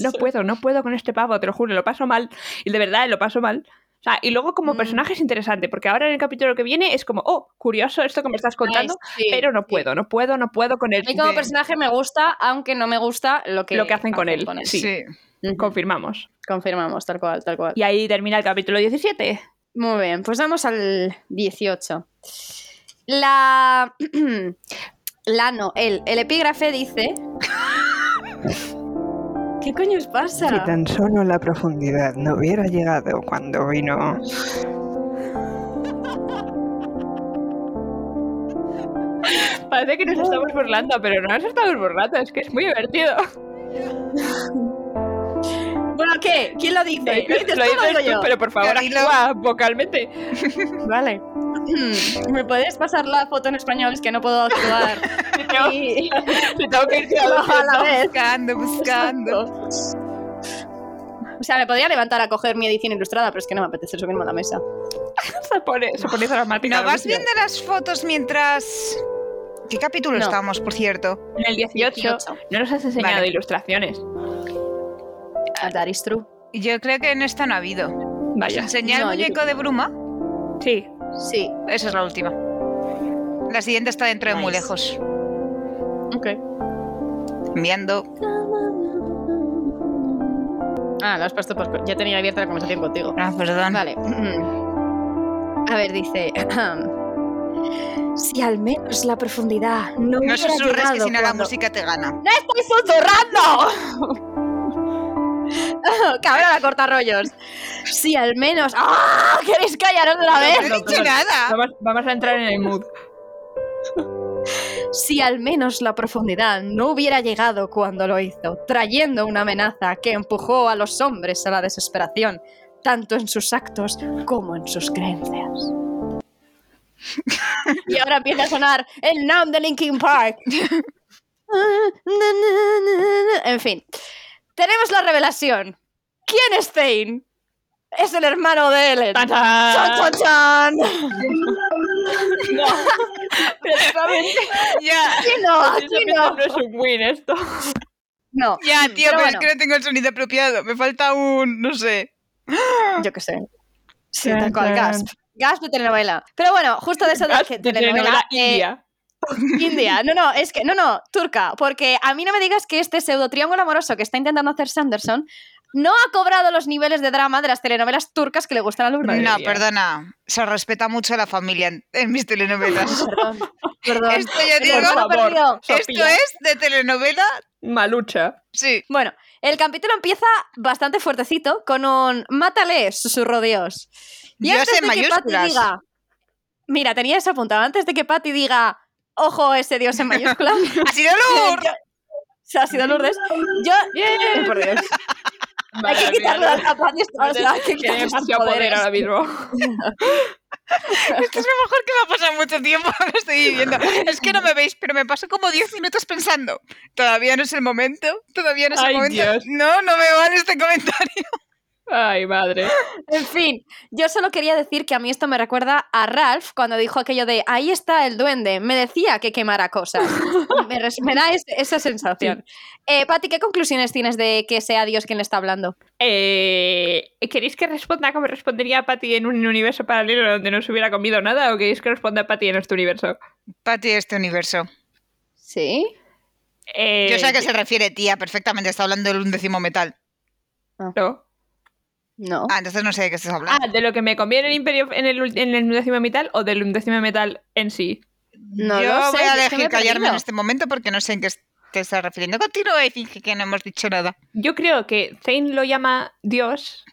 [SPEAKER 1] No puedo, no puedo con este pavo, te lo juro, lo paso mal. Y de verdad, lo paso mal. O sea, y luego como
[SPEAKER 3] Mm.
[SPEAKER 1] personaje es interesante, porque ahora en el capítulo que viene es como, oh, curioso esto que me estás contando,
[SPEAKER 3] Ay, sí,
[SPEAKER 1] pero no
[SPEAKER 3] sí.
[SPEAKER 1] puedo, no puedo, no puedo con él.
[SPEAKER 3] A mí como
[SPEAKER 2] de-
[SPEAKER 3] personaje me gusta, aunque no me gusta lo que,
[SPEAKER 1] Lo que hacen con él, Sí.
[SPEAKER 3] Ujú.
[SPEAKER 1] Confirmamos.
[SPEAKER 3] Confirmamos, tal cual, tal cual.
[SPEAKER 1] Y ahí termina el capítulo 17.
[SPEAKER 3] Muy bien, pues vamos al 18. La. La no, el, el epígrafe dice. ¿Qué coño os pasa?
[SPEAKER 4] Si tan solo la profundidad no hubiera llegado cuando vino.
[SPEAKER 1] Parece que nos estamos burlando, pero no nos estamos burlando, es que es muy divertido.
[SPEAKER 3] Bueno, ¿qué? ¿Quién lo dice?
[SPEAKER 1] Lo
[SPEAKER 3] ¿Lo
[SPEAKER 1] dices,
[SPEAKER 3] dices tú o lo digo
[SPEAKER 1] tú,
[SPEAKER 3] yo?
[SPEAKER 1] pero por favor,
[SPEAKER 2] Yo dilo.
[SPEAKER 1] actúa vocalmente.
[SPEAKER 3] Vale. ¿Me podéis pasar la foto en español? Es que no puedo actuar.
[SPEAKER 1] Te tengo,
[SPEAKER 3] Y-
[SPEAKER 1] te tengo que ir
[SPEAKER 3] a la vez.
[SPEAKER 2] Buscando, buscando.
[SPEAKER 3] O sea, me podría levantar a coger mi edición ilustrada, pero es que no me apetece subirme a la mesa.
[SPEAKER 1] Se pone, se pone dramática.
[SPEAKER 2] ¿No
[SPEAKER 1] la
[SPEAKER 2] vas
[SPEAKER 1] música.
[SPEAKER 2] viendo las fotos mientras...? ¿Qué capítulo
[SPEAKER 3] No.
[SPEAKER 2] estamos, por cierto?
[SPEAKER 1] En el 18 no nos has enseñado
[SPEAKER 2] Vale.
[SPEAKER 1] ilustraciones.
[SPEAKER 3] Ah, That is true.
[SPEAKER 2] Yo creo que en esta no ha habido.
[SPEAKER 1] Vaya.
[SPEAKER 2] ¿Enseñé el
[SPEAKER 3] No, yo
[SPEAKER 2] muñeco de Bruma?
[SPEAKER 1] Sí,
[SPEAKER 3] Sí.
[SPEAKER 2] Esa es la última. La siguiente está dentro de muy
[SPEAKER 3] Nice.
[SPEAKER 2] lejos.
[SPEAKER 3] Ok.
[SPEAKER 2] Enviando.
[SPEAKER 3] Ah, lo has puesto por... Ya tenía abierta la conversación contigo.
[SPEAKER 2] Ah, perdón.
[SPEAKER 3] Vale. A ver, dice... Si al menos la profundidad no,
[SPEAKER 2] No
[SPEAKER 3] hubiera
[SPEAKER 2] susurres que
[SPEAKER 3] llegado
[SPEAKER 2] si no la
[SPEAKER 3] cuando-
[SPEAKER 2] música te gana.
[SPEAKER 3] ¡No estoy susurrando! Cabra la corta rollos. Sí, al menos. ¡Ah! ¿Queréis callaros de la
[SPEAKER 2] No
[SPEAKER 3] vez?
[SPEAKER 2] he
[SPEAKER 1] No,
[SPEAKER 2] dicho
[SPEAKER 1] no.
[SPEAKER 2] nada.
[SPEAKER 1] Vamos, vamos a entrar en el mood.
[SPEAKER 3] Si al menos la profundidad no hubiera llegado cuando lo hizo, trayendo una amenaza que empujó a los hombres a la desesperación, tanto en sus actos como en sus creencias. y ahora empieza a sonar el Nam de Linkin Park. en fin, tenemos la revelación. ¿Quién es Zane? Es el hermano de Ellen.
[SPEAKER 1] ¡Tan, tan!
[SPEAKER 3] ¡Chan, chan, chan!
[SPEAKER 1] No,
[SPEAKER 2] Ya,
[SPEAKER 3] Aquí no, aquí Ah, no.
[SPEAKER 1] no es un win esto.
[SPEAKER 3] No,
[SPEAKER 2] ya, tío, pero,
[SPEAKER 3] Pero
[SPEAKER 2] es que no tengo el sonido apropiado. Me falta un, no sé.
[SPEAKER 3] yo qué sé. Sí,
[SPEAKER 1] Tan,
[SPEAKER 3] tal cual,
[SPEAKER 1] tan.
[SPEAKER 3] Gasp. Gasp de telenovela. Pero bueno, justo de esa
[SPEAKER 1] Ah,
[SPEAKER 3] que-
[SPEAKER 1] de telenovela
[SPEAKER 3] eh,
[SPEAKER 1] india.
[SPEAKER 3] India. No, no, es que, no, no, turca. Porque a mí no me digas que este pseudo triángulo amoroso que está intentando hacer Sanderson no ha cobrado los niveles de drama de las telenovelas turcas que le gustan a Lourdes.
[SPEAKER 1] Madre
[SPEAKER 2] no,
[SPEAKER 1] mía.
[SPEAKER 2] perdona. Se respeta mucho a la familia en, en mis telenovelas.
[SPEAKER 3] Perdón, perdón.
[SPEAKER 2] Esto ya
[SPEAKER 3] Perdón,
[SPEAKER 2] digo,
[SPEAKER 3] no lo he
[SPEAKER 1] favor.
[SPEAKER 3] perdido.
[SPEAKER 2] esto
[SPEAKER 1] Sofía.
[SPEAKER 2] es de telenovela,
[SPEAKER 1] Malucha.
[SPEAKER 2] sí.
[SPEAKER 3] Bueno, el capítulo empieza bastante fuertecito con un mátale, susurro Dios. Y
[SPEAKER 2] Dios
[SPEAKER 3] antes
[SPEAKER 2] en
[SPEAKER 3] de que Patty
[SPEAKER 2] mayúsculas.
[SPEAKER 3] diga, mira, tenía eso apuntado, antes de que Patty diga, ojo, ese Dios en mayúscula,
[SPEAKER 2] Así no lo
[SPEAKER 3] yo- o sea, ha sido Lourdes, yo... Ay, por Dios. Hay que quitarle
[SPEAKER 1] Maravilla.
[SPEAKER 3] a Patty, o sea, hay que
[SPEAKER 1] Tiene
[SPEAKER 3] quitarle estos
[SPEAKER 1] demasiado poder
[SPEAKER 3] poderes.
[SPEAKER 1] ahora mismo.
[SPEAKER 2] Esto es lo mejor que me ha pasado mucho tiempo que estoy viviendo. Es que no me veis, pero me paso como 10 minutos pensando. Todavía no es el momento, todavía no es el
[SPEAKER 1] Ay,
[SPEAKER 2] momento.
[SPEAKER 1] Dios.
[SPEAKER 2] No, no me vale este comentario.
[SPEAKER 1] Ay, madre.
[SPEAKER 3] En fin, yo solo quería decir que a mí esto me recuerda a Ralph cuando dijo aquello de ahí está el duende, me decía que quemara cosas. me, res- me da es- esa sensación. Eh, Patti, ¿qué conclusiones tienes de que sea Dios quien le está hablando?
[SPEAKER 1] Eh, ¿Queréis que responda como respondería a Patty en un universo paralelo donde no se hubiera comido nada? ¿O queréis que responda a Patty en este universo?
[SPEAKER 2] Pati, este universo.
[SPEAKER 3] Sí.
[SPEAKER 1] Eh,
[SPEAKER 2] Yo sé a qué se refiere, tía, perfectamente. Está hablando del undécimo metal.
[SPEAKER 1] no.
[SPEAKER 3] No.
[SPEAKER 2] Ah, entonces no sé de qué estás hablando.
[SPEAKER 1] Ah, de lo que me conviene el imperio en el, ul- en el undécimo metal o del undécimo metal en sí.
[SPEAKER 3] no
[SPEAKER 2] Yo
[SPEAKER 3] lo sé,
[SPEAKER 2] voy
[SPEAKER 3] yo
[SPEAKER 2] a
[SPEAKER 3] es que me
[SPEAKER 2] elegir
[SPEAKER 3] he
[SPEAKER 2] callarme en
[SPEAKER 3] perdido.
[SPEAKER 2] este momento porque no sé en qué es- te estás refiriendo. Continúa y finge que no hemos dicho nada.
[SPEAKER 1] Yo creo que Zane lo llama Dios,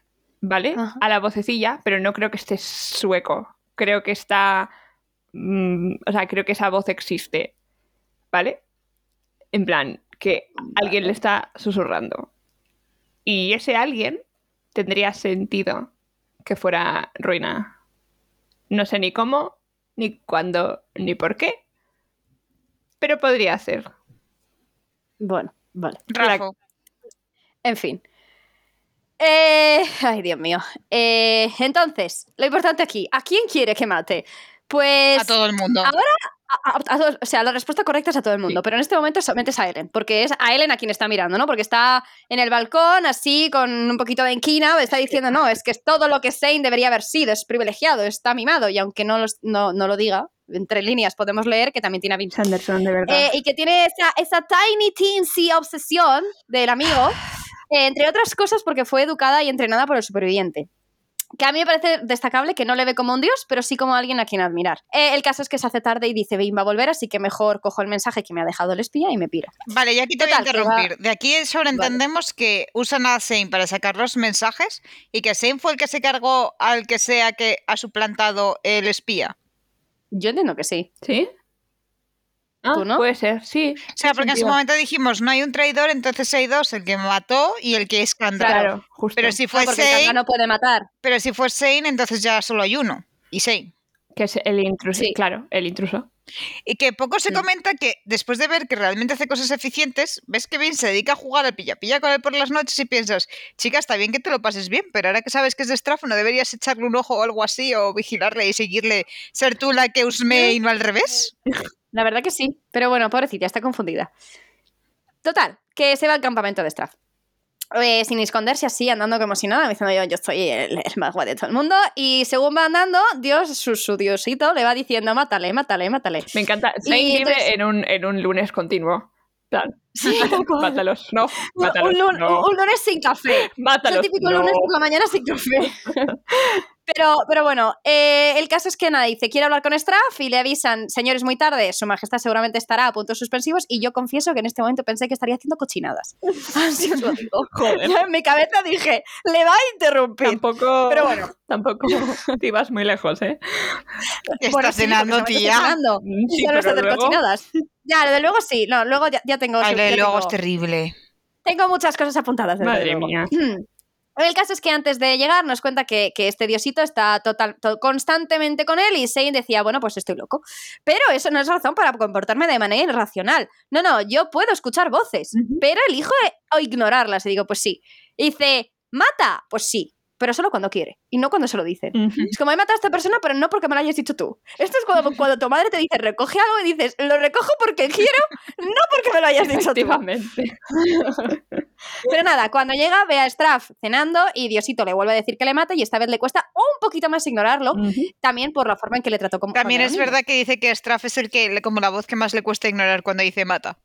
[SPEAKER 1] ¿vale?
[SPEAKER 3] Ajá.
[SPEAKER 1] A la vocecilla, pero no creo que esté sueco. Creo que está. mm, o sea, creo que esa voz existe, ¿vale? En plan, que alguien le está susurrando. Y ese alguien tendría sentido que fuera ruina. No sé ni cómo, ni cuándo, ni por qué, pero podría ser.
[SPEAKER 3] Bueno, vale.
[SPEAKER 2] Rafa,
[SPEAKER 3] En fin. Eh, ay, Dios mío. Eh, entonces, lo importante aquí, ¿a quién quiere que mate? Pues...
[SPEAKER 2] a todo el mundo.
[SPEAKER 3] ahora- a- a- a todos- o sea, la respuesta correcta es a todo el mundo,
[SPEAKER 1] Sí.
[SPEAKER 3] pero en este momento solamente es a Ellen, porque es a Ellen a quien está mirando, ¿no? Porque está en el balcón, así, con un poquito de enquina, está diciendo, no, es que es todo lo que Zane debería haber sido, es privilegiado, está mimado, y aunque no, los- no, no lo diga, entre líneas podemos leer que también tiene a Vincent.
[SPEAKER 4] Sanderson, de verdad.
[SPEAKER 3] Eh, y que tiene esa, esa tiny teensy obsesión del amigo, eh, entre otras cosas porque fue educada y entrenada por el superviviente. Que a mí me parece destacable que no le ve como un dios, pero sí como alguien a quien admirar. Eh, el caso es que se hace tarde y dice, Bim va a volver, así que mejor cojo el mensaje que me ha dejado el espía y me piro.
[SPEAKER 2] Vale, ya aquí te voy a
[SPEAKER 3] Total, que va-
[SPEAKER 2] interrumpir. De aquí sobreentendemos que usan a Zane para sacar los mensajes y que Zane fue el que se cargó al que sea que ha suplantado el espía.
[SPEAKER 3] Yo entiendo que sí.
[SPEAKER 1] ¿Sí? Ah,
[SPEAKER 3] ¿Tú no?
[SPEAKER 1] puede ser, sí.
[SPEAKER 2] O sea, porque en su
[SPEAKER 1] sentido.
[SPEAKER 2] momento dijimos no hay un traidor, entonces hay dos, el que mató y el que es Kandra.
[SPEAKER 1] Claro, justo.
[SPEAKER 2] Pero si
[SPEAKER 3] Ah,
[SPEAKER 2] fue
[SPEAKER 3] porque el
[SPEAKER 2] Zane,
[SPEAKER 3] Kanga no puede matar.
[SPEAKER 2] pero si fue Zane, entonces ya solo hay uno. Y Zane.
[SPEAKER 1] Que es el intruso.
[SPEAKER 3] Sí.
[SPEAKER 1] Claro, el intruso.
[SPEAKER 2] Y que poco se
[SPEAKER 3] Mm.
[SPEAKER 2] comenta que después de ver que realmente hace cosas eficientes, ves que Vin se dedica a jugar al pilla-pilla con él por las noches y piensas, chica, está bien que te lo pases bien, pero ahora que sabes que es de Straff, ¿no deberías echarle un ojo o algo así o vigilarle y seguirle? ¿Ser tú la que usme y no al revés?
[SPEAKER 3] La verdad que sí, pero bueno, pobrecita, está confundida. Total, que se va al campamento de Straff. Eh, sin esconderse así, andando como si nada, diciendo yo, yo soy el, el más guay de todo el mundo. Y según va andando, Dios, su, su diosito, le va diciendo, mátale, mátale, mátale.
[SPEAKER 1] Me encanta.
[SPEAKER 3] Y
[SPEAKER 1] Zane vive
[SPEAKER 3] entonces-
[SPEAKER 1] en un, en un lunes continuo. plan,
[SPEAKER 3] Sí, tal cual.
[SPEAKER 1] mátalos, no,
[SPEAKER 3] Un-
[SPEAKER 1] mátalos,
[SPEAKER 3] un, lun-
[SPEAKER 1] no,
[SPEAKER 3] un lunes sin café. Es
[SPEAKER 1] mátalos,
[SPEAKER 3] el típico
[SPEAKER 1] no.
[SPEAKER 3] lunes por la mañana sin café. Pero, pero bueno, eh, el caso es que nada, dice, quiero hablar con Straff y le avisan, señores, muy tarde, su majestad seguramente estará a puntos suspensivos y yo confieso que en este momento pensé que estaría haciendo cochinadas. Así os lo digo.
[SPEAKER 1] Joder,
[SPEAKER 3] En mi cabeza dije, le va a interrumpir.
[SPEAKER 1] tampoco,
[SPEAKER 3] Pero bueno,
[SPEAKER 1] tampoco te ibas muy lejos, ¿eh?
[SPEAKER 2] Está
[SPEAKER 3] bueno, sí, porque
[SPEAKER 2] cenando,
[SPEAKER 3] se me está
[SPEAKER 2] tía.
[SPEAKER 3] cenando.
[SPEAKER 1] Mm, Sí,
[SPEAKER 3] ya no sé
[SPEAKER 1] pero
[SPEAKER 3] hacer
[SPEAKER 1] luego,
[SPEAKER 3] cochinadas. Ya, lo de luego sí, no, luego ya, ya tengo...
[SPEAKER 2] Ay,
[SPEAKER 3] sí,
[SPEAKER 2] lo de
[SPEAKER 3] ya
[SPEAKER 2] luego este-
[SPEAKER 3] tengo-
[SPEAKER 2] es terrible.
[SPEAKER 3] Tengo muchas cosas apuntadas. desde
[SPEAKER 1] madre
[SPEAKER 3] luego.
[SPEAKER 1] mía,
[SPEAKER 3] El caso es que antes de llegar nos cuenta que, que este diosito está total, to- constantemente con él y Sein decía, bueno, pues estoy loco. Pero eso no es razón para comportarme de manera irracional. No, no, yo puedo escuchar voces,
[SPEAKER 1] Ujú.
[SPEAKER 3] pero elijo eh, o ignorarlas. Y digo, pues sí. Y dice, ¿mata? Pues sí, pero solo cuando quiere y no cuando se lo dicen.
[SPEAKER 1] Ujú.
[SPEAKER 3] Es como he matado a esta persona, pero no porque me lo hayas dicho tú. Esto es cuando, cuando tu madre te dice, recoge algo y dices, lo recojo porque quiero, no porque me lo hayas dicho tú.
[SPEAKER 1] efectivamente,
[SPEAKER 3] Pero nada, cuando llega ve a Straff cenando y Diosito le vuelve a decir que le mata y esta vez le cuesta un poquito más ignorarlo,
[SPEAKER 1] Ujú.
[SPEAKER 3] también por la forma en que le trató como
[SPEAKER 2] También
[SPEAKER 3] cuando
[SPEAKER 2] es
[SPEAKER 3] era niño.
[SPEAKER 2] verdad que dice que Straff es el que, le- como la voz que más le cuesta ignorar cuando dice mata.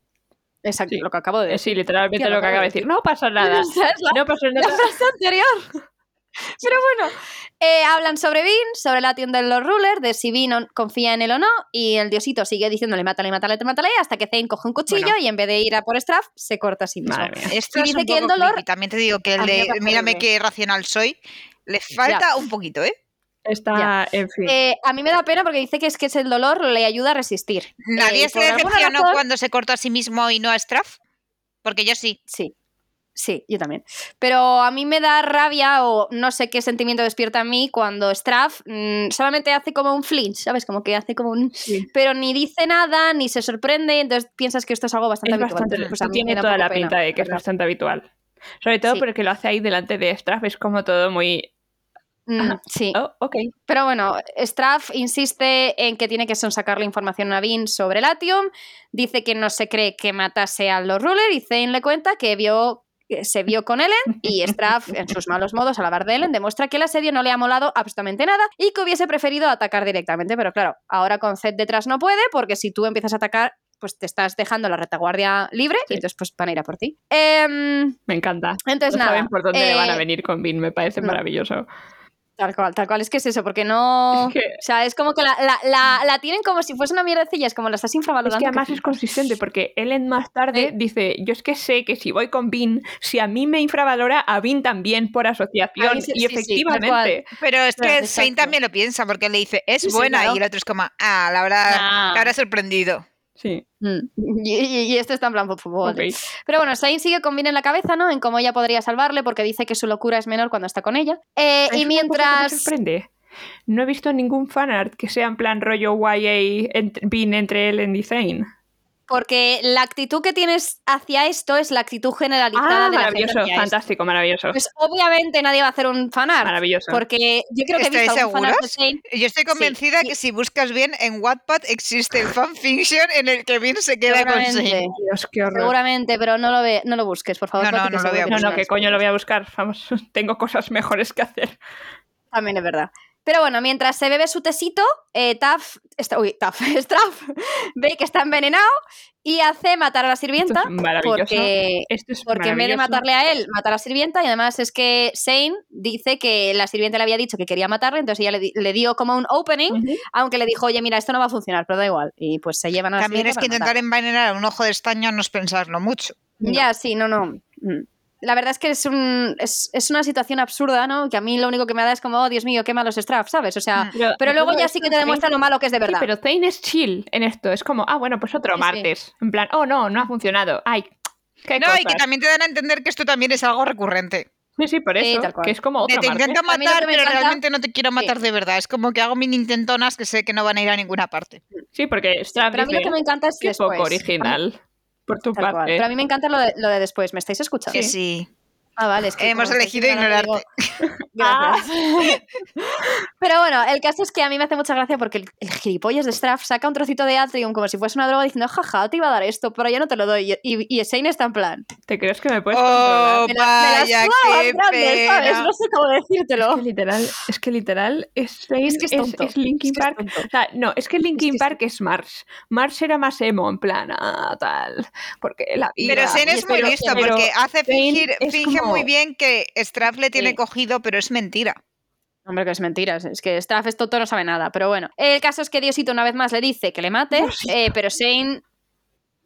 [SPEAKER 3] Exacto,
[SPEAKER 1] Sí.
[SPEAKER 3] lo que acabo de
[SPEAKER 1] Eh,
[SPEAKER 3] decir.
[SPEAKER 1] sí, literalmente
[SPEAKER 3] Tía, lo
[SPEAKER 1] lo que
[SPEAKER 3] acabo
[SPEAKER 1] acaba
[SPEAKER 3] de
[SPEAKER 1] de decir, no pasa nada,
[SPEAKER 3] Esa es la,
[SPEAKER 1] no pasa
[SPEAKER 3] la
[SPEAKER 1] nada,
[SPEAKER 3] frase anterior. Pero bueno, eh, hablan sobre Vin, sobre la tienda de los rulers, de si Vin on- confía en él o no, y el diosito sigue diciéndole mátale, mátale, mátale, hasta que Zane coge un cuchillo
[SPEAKER 2] Bueno.
[SPEAKER 3] y en vez de ir a por Straff, se corta a sí mismo.
[SPEAKER 1] madre mía.
[SPEAKER 2] Esto
[SPEAKER 3] Y
[SPEAKER 2] es
[SPEAKER 3] dice
[SPEAKER 2] un
[SPEAKER 3] que el
[SPEAKER 2] poco
[SPEAKER 3] dolor-
[SPEAKER 2] creepy. También te digo que
[SPEAKER 3] A
[SPEAKER 2] el
[SPEAKER 3] mí me
[SPEAKER 2] de
[SPEAKER 3] parece
[SPEAKER 2] mírame
[SPEAKER 3] horrible.
[SPEAKER 2] qué racional soy, le falta un poquito, ¿eh?
[SPEAKER 1] Está, en fin.
[SPEAKER 3] Eh, a mí me da pena porque dice que es que es el dolor le ayuda a resistir.
[SPEAKER 2] Nadie
[SPEAKER 3] Eh,
[SPEAKER 2] se
[SPEAKER 3] por alguna
[SPEAKER 2] decepcionó
[SPEAKER 3] razón-
[SPEAKER 2] cuando se cortó a sí mismo y no a Straff. Porque yo sí.
[SPEAKER 3] Sí, sí, yo también. Pero a mí me da rabia o no sé qué sentimiento despierta en mí cuando Straff mm, solamente hace como un flinch, ¿sabes? Como que hace como un...
[SPEAKER 1] Sí.
[SPEAKER 3] Pero ni dice nada, ni se sorprende, entonces piensas que esto es algo bastante
[SPEAKER 1] Es
[SPEAKER 3] habitual.
[SPEAKER 1] bastante,
[SPEAKER 3] Entonces, pues a mí me
[SPEAKER 1] tiene
[SPEAKER 3] da un
[SPEAKER 1] toda
[SPEAKER 3] poco
[SPEAKER 1] la
[SPEAKER 3] pena,
[SPEAKER 1] pinta de que es
[SPEAKER 3] verdad.
[SPEAKER 1] bastante habitual. Sobre todo
[SPEAKER 3] Sí.
[SPEAKER 1] porque lo hace ahí delante de Straff, es como todo muy...
[SPEAKER 3] Mm, sí,
[SPEAKER 1] Oh, ok.
[SPEAKER 3] pero bueno, Straff insiste en que tiene que sonsacar la información a Vin sobre Latium, dice que no se cree que matase a los Ruler y Zane le cuenta que vio que se vio con Ellen y Straff, en sus malos modos al hablar de Ellen, demuestra que el asedio no le ha molado absolutamente nada y que hubiese preferido atacar directamente. Pero claro, ahora con Zed detrás no puede porque si tú empiezas a atacar, pues te estás dejando la retaguardia libre y
[SPEAKER 1] Sí.
[SPEAKER 3] entonces pues van a ir a por ti. Em,
[SPEAKER 1] Me encanta.
[SPEAKER 3] entonces
[SPEAKER 1] no
[SPEAKER 3] nada.
[SPEAKER 1] saben por dónde le van a
[SPEAKER 3] eh,
[SPEAKER 1] venir con Vin, me parece
[SPEAKER 3] no.
[SPEAKER 1] maravilloso.
[SPEAKER 3] Tal cual, tal cual. Es que es eso, porque no...
[SPEAKER 1] Es que-
[SPEAKER 3] O sea, es como que la, la- la- la tienen como si fuese una mierdecilla, Mm. es como la estás infravalorando.
[SPEAKER 1] Es que además
[SPEAKER 3] que
[SPEAKER 1] es consistente porque Ellen más tarde
[SPEAKER 3] Sí.
[SPEAKER 1] dice, yo es que sé que si voy con Vin, si a mí me infravalora, a Vin también por
[SPEAKER 3] A
[SPEAKER 1] asociación.
[SPEAKER 3] mí sí-
[SPEAKER 1] y
[SPEAKER 3] sí, sí, tal cual.
[SPEAKER 1] efectivamente,
[SPEAKER 2] Pero es
[SPEAKER 3] Claro,
[SPEAKER 2] que Shane
[SPEAKER 3] exacto.
[SPEAKER 2] también lo piensa, porque le dice, es
[SPEAKER 3] Sí, sí,
[SPEAKER 2] buena,
[SPEAKER 3] claro.
[SPEAKER 2] y el otro es como, ah, la verdad,
[SPEAKER 1] Ah.
[SPEAKER 2] te habrá sorprendido.
[SPEAKER 1] sí.
[SPEAKER 3] Mm. Y, y- y esto está en plan por favor.
[SPEAKER 1] ok.
[SPEAKER 3] Pero bueno, Sain sigue con Vin en la cabeza, ¿no? En cómo ella podría salvarle porque dice que su locura es menor cuando está con ella. Eh,
[SPEAKER 1] Es una cosa
[SPEAKER 3] y
[SPEAKER 1] que me
[SPEAKER 3] mientras...
[SPEAKER 1] sorprende. No he visto ningún fanart que sea en plan rollo YA ent- Vin entre Ellen y Zane.
[SPEAKER 3] Porque la actitud que tienes hacia esto es la actitud generalizada de
[SPEAKER 1] Ah,
[SPEAKER 3] la gente
[SPEAKER 1] maravilloso,
[SPEAKER 3] hacia esto.
[SPEAKER 1] fantástico, maravilloso.
[SPEAKER 3] Ah, Pues obviamente nadie va a hacer un fanart.
[SPEAKER 1] Maravilloso.
[SPEAKER 3] Porque yo creo que he visto
[SPEAKER 2] ¿Estáis
[SPEAKER 3] algún fanart de
[SPEAKER 2] seguros?
[SPEAKER 3] Shane.
[SPEAKER 2] Yo estoy convencida que si buscas bien en Wattpad existe el fanfiction en el que Vin se queda con
[SPEAKER 3] Seguramente,
[SPEAKER 2] Shane.
[SPEAKER 1] Dios, qué horror.
[SPEAKER 3] seguramente, pero no lo, ve, no lo busques, por favor.
[SPEAKER 2] No, no,
[SPEAKER 3] Pati,
[SPEAKER 2] no
[SPEAKER 3] que
[SPEAKER 2] lo voy a
[SPEAKER 3] seguro
[SPEAKER 1] No,
[SPEAKER 3] que
[SPEAKER 1] no,
[SPEAKER 3] sí.
[SPEAKER 1] que coño lo voy a buscar. Vamos, tengo cosas mejores que hacer.
[SPEAKER 3] También es verdad. Pero bueno, mientras se bebe su tesito, eh, Taff, esta- uy, Taff, Straff, ve que está envenenado y hace matar a la
[SPEAKER 1] Esto
[SPEAKER 3] sirvienta
[SPEAKER 1] es maravilloso.
[SPEAKER 3] porque,
[SPEAKER 1] Esto es
[SPEAKER 3] porque en vez de
[SPEAKER 1] maravilloso.
[SPEAKER 3] matarle a él, mata a la sirvienta y además es que Shane dice que la sirvienta le había dicho que quería matarle, entonces ella le, di- le dio como un opening,
[SPEAKER 1] Ujú.
[SPEAKER 3] aunque le dijo, oye, mira, esto no va a funcionar, pero da igual. Y pues se llevan a la
[SPEAKER 2] También es
[SPEAKER 3] sirvienta
[SPEAKER 2] que
[SPEAKER 3] para matarla.
[SPEAKER 2] intentar envenenar a un ojo de estaño no es pensarlo mucho.
[SPEAKER 1] No.
[SPEAKER 3] Ya, sí, no, no. Mm. La verdad es que es, un, es, es una situación absurda, ¿no? Que a mí lo único que me da es como, oh, Dios mío, qué malos Straff, ¿sabes? O sea,
[SPEAKER 2] Mm.
[SPEAKER 3] pero luego
[SPEAKER 1] todo
[SPEAKER 3] ya
[SPEAKER 1] esto
[SPEAKER 3] sí que te demuestra
[SPEAKER 1] Zane-
[SPEAKER 3] lo malo que es de
[SPEAKER 1] Sí,
[SPEAKER 3] verdad.
[SPEAKER 1] pero Zane es chill en esto. Es como, ah, bueno, pues otro
[SPEAKER 3] Sí, sí.
[SPEAKER 1] martes. En plan, oh, no, no ha funcionado. Ay, qué
[SPEAKER 2] No, y que
[SPEAKER 1] cosas.
[SPEAKER 2] también te dan a entender que esto también es algo recurrente.
[SPEAKER 1] Sí, sí, por
[SPEAKER 3] Sí,
[SPEAKER 1] eso.
[SPEAKER 3] tal cual.
[SPEAKER 1] que es como
[SPEAKER 2] De
[SPEAKER 1] otro
[SPEAKER 2] te
[SPEAKER 1] martes.
[SPEAKER 2] intento
[SPEAKER 3] A mí lo que
[SPEAKER 2] matar,
[SPEAKER 3] me
[SPEAKER 2] pero
[SPEAKER 3] encanta-
[SPEAKER 2] realmente no te quiero matar de verdad. Es como que hago mil intentonas que sé que no van a ir a ninguna parte.
[SPEAKER 1] Sí, porque Straff
[SPEAKER 3] Pero a mí lo
[SPEAKER 1] dice,
[SPEAKER 3] que me encanta es
[SPEAKER 1] qué
[SPEAKER 3] después.
[SPEAKER 1] poco original. Por tu
[SPEAKER 3] Tal cual.
[SPEAKER 1] parte.
[SPEAKER 3] Pero a mí me encanta lo de, lo de después. ¿Me estáis escuchando?
[SPEAKER 2] Que sí.
[SPEAKER 3] Ah, Ah, vale, es que
[SPEAKER 2] Hemos
[SPEAKER 3] como
[SPEAKER 2] elegido
[SPEAKER 3] estoy hablando,
[SPEAKER 2] ignorarte.
[SPEAKER 3] digo, gracias. Pero bueno, el caso es que a mí me hace mucha gracia porque el, el gilipollas de Straff saca un trocito de Atrium como si fuese una droga diciendo, jaja, te iba a dar esto, pero yo no te lo doy. Y, y, y Shane está en plan.
[SPEAKER 1] ¿Te crees que me puedes
[SPEAKER 2] Oh,
[SPEAKER 1] controlar?
[SPEAKER 3] Me la, me la
[SPEAKER 2] vaya,
[SPEAKER 3] suda
[SPEAKER 2] qué
[SPEAKER 3] más grande, ¿sabes?
[SPEAKER 2] pena.
[SPEAKER 3] No sé cómo decírtelo.
[SPEAKER 1] Es que literal, es que literal, es, Shane,
[SPEAKER 3] Es que es tonto.
[SPEAKER 1] es Linkin
[SPEAKER 3] Es que es
[SPEAKER 1] Park.
[SPEAKER 3] tonto.
[SPEAKER 1] O sea, no, es que Linkin
[SPEAKER 3] que es-
[SPEAKER 1] Park es Mars. Mars era más emo, en plan, ah, tal. Porque la vida.
[SPEAKER 2] Pero Sen
[SPEAKER 1] y este
[SPEAKER 2] es muy
[SPEAKER 1] pero-
[SPEAKER 2] lista
[SPEAKER 1] pero-
[SPEAKER 2] porque hace
[SPEAKER 1] Shane
[SPEAKER 2] fingir,
[SPEAKER 1] es
[SPEAKER 2] finge
[SPEAKER 1] como-
[SPEAKER 2] muy bien que Straff le tiene
[SPEAKER 3] Sí.
[SPEAKER 2] cogido, pero es mentira.
[SPEAKER 3] Hombre, que es mentiras. Es que Straff es tonto, no sabe nada. Pero bueno, el caso es que Diosito una vez más le dice que le mate, eh, pero Shane.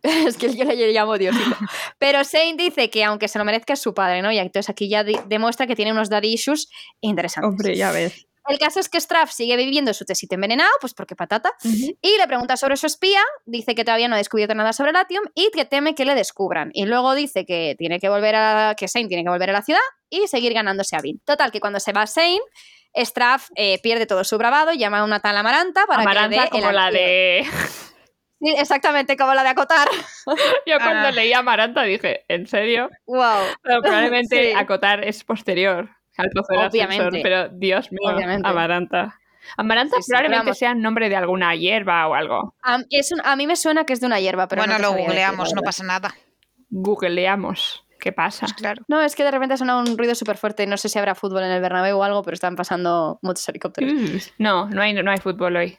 [SPEAKER 3] Es que yo le llamo Diosito. Pero Shane dice que aunque se lo merezca es su padre, ¿no? Y entonces aquí ya di- demuestra que tiene unos daddy issues interesantes.
[SPEAKER 1] Hombre, ya ves.
[SPEAKER 3] El caso es que Straff sigue viviendo su tesito envenenado, pues porque patata,
[SPEAKER 1] Ujú.
[SPEAKER 3] y le pregunta sobre su espía, dice que todavía no ha descubierto nada sobre Latium y que teme que le descubran. Y luego dice que tiene que volver a que Shane tiene que volver a la ciudad y seguir ganándose a Vin. Total que cuando se va Shane, Straff eh, pierde todo su bravado, llama a una tal Amaranta para que le
[SPEAKER 1] Amaranta
[SPEAKER 3] dé el
[SPEAKER 1] como la
[SPEAKER 3] antídoto.
[SPEAKER 1] de.
[SPEAKER 3] Sí, exactamente como la de acotar.
[SPEAKER 1] Yo
[SPEAKER 2] Ah.
[SPEAKER 1] cuando leí Amaranta dije, ¿en serio?
[SPEAKER 3] Wow.
[SPEAKER 1] Pero probablemente
[SPEAKER 3] Sí.
[SPEAKER 1] acotar es posterior al trozo del
[SPEAKER 3] Obviamente.
[SPEAKER 1] ascensor, pero Dios mío,
[SPEAKER 3] Obviamente.
[SPEAKER 1] Amaranta. Amaranta
[SPEAKER 3] Sí, sí, pero
[SPEAKER 1] probablemente
[SPEAKER 3] vamos.
[SPEAKER 1] sea el nombre de alguna hierba o algo.
[SPEAKER 3] A, es un- a mí me suena que es de una hierba, pero
[SPEAKER 2] bueno,
[SPEAKER 3] no te
[SPEAKER 2] lo
[SPEAKER 3] sabría decir,
[SPEAKER 2] googleamos,
[SPEAKER 3] la
[SPEAKER 2] no
[SPEAKER 3] verdad. Ah.
[SPEAKER 2] pasa nada.
[SPEAKER 1] Googleamos. ¿Qué pasa?
[SPEAKER 2] Pues claro.
[SPEAKER 3] No, es que de repente ha sonado un ruido súper fuerte. No sé si habrá fútbol en el Bernabéu o algo, pero están pasando muchos helicópteros.
[SPEAKER 1] No, no hay, no hay fútbol hoy.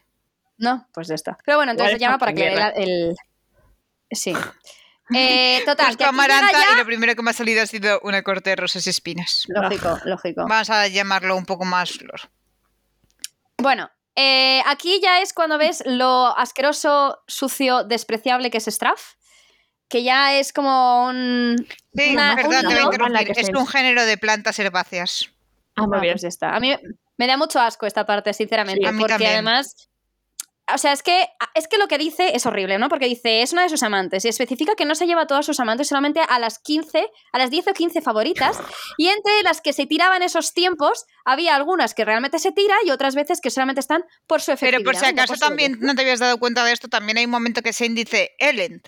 [SPEAKER 3] No, pues ya está. Pero bueno,
[SPEAKER 1] Igual
[SPEAKER 3] entonces
[SPEAKER 1] es
[SPEAKER 3] llama
[SPEAKER 1] parte
[SPEAKER 3] para que le dé
[SPEAKER 1] mierda.
[SPEAKER 3] la- el. Sí. Eh,
[SPEAKER 2] Busco
[SPEAKER 3] total,
[SPEAKER 1] Pues
[SPEAKER 3] que aquí llega
[SPEAKER 2] amaranta
[SPEAKER 3] ya-
[SPEAKER 2] Pues y lo primero que me ha salido ha sido una corte de rosas y espinas.
[SPEAKER 1] Ah.
[SPEAKER 3] Lógico, lógico.
[SPEAKER 2] Vamos a llamarlo un poco más flor.
[SPEAKER 3] Bueno, eh, aquí ya es cuando ves lo asqueroso, sucio, despreciable que es Straff. Que ya es como un.
[SPEAKER 2] Sí,
[SPEAKER 3] Una-
[SPEAKER 2] es verdad,
[SPEAKER 3] una
[SPEAKER 2] te
[SPEAKER 1] norma
[SPEAKER 2] voy a
[SPEAKER 1] en la
[SPEAKER 2] interrumpir.
[SPEAKER 1] que
[SPEAKER 2] Es
[SPEAKER 1] se-
[SPEAKER 2] un género de plantas herbáceas.
[SPEAKER 1] Ah, muy
[SPEAKER 3] Ah,
[SPEAKER 1] bien.
[SPEAKER 3] pues ya está. A mí me da mucho asco esta parte, sinceramente.
[SPEAKER 2] Sí, a mí
[SPEAKER 3] porque
[SPEAKER 2] también.
[SPEAKER 3] además. O sea, es que, es que lo que dice es horrible, ¿no? Porque dice, es una de sus amantes. Y especifica que no se lleva a todas sus amantes, solamente a las 15, a las 10 o 15 favoritas. Y entre las que se tiraban esos tiempos, había algunas que realmente se tira y otras veces que solamente están por su
[SPEAKER 2] Pero
[SPEAKER 3] efectividad.
[SPEAKER 2] por si
[SPEAKER 3] no
[SPEAKER 2] acaso
[SPEAKER 3] su
[SPEAKER 2] también
[SPEAKER 3] belleza.
[SPEAKER 2] no te habías dado cuenta de esto, también hay un momento que Shane dice, Ellen,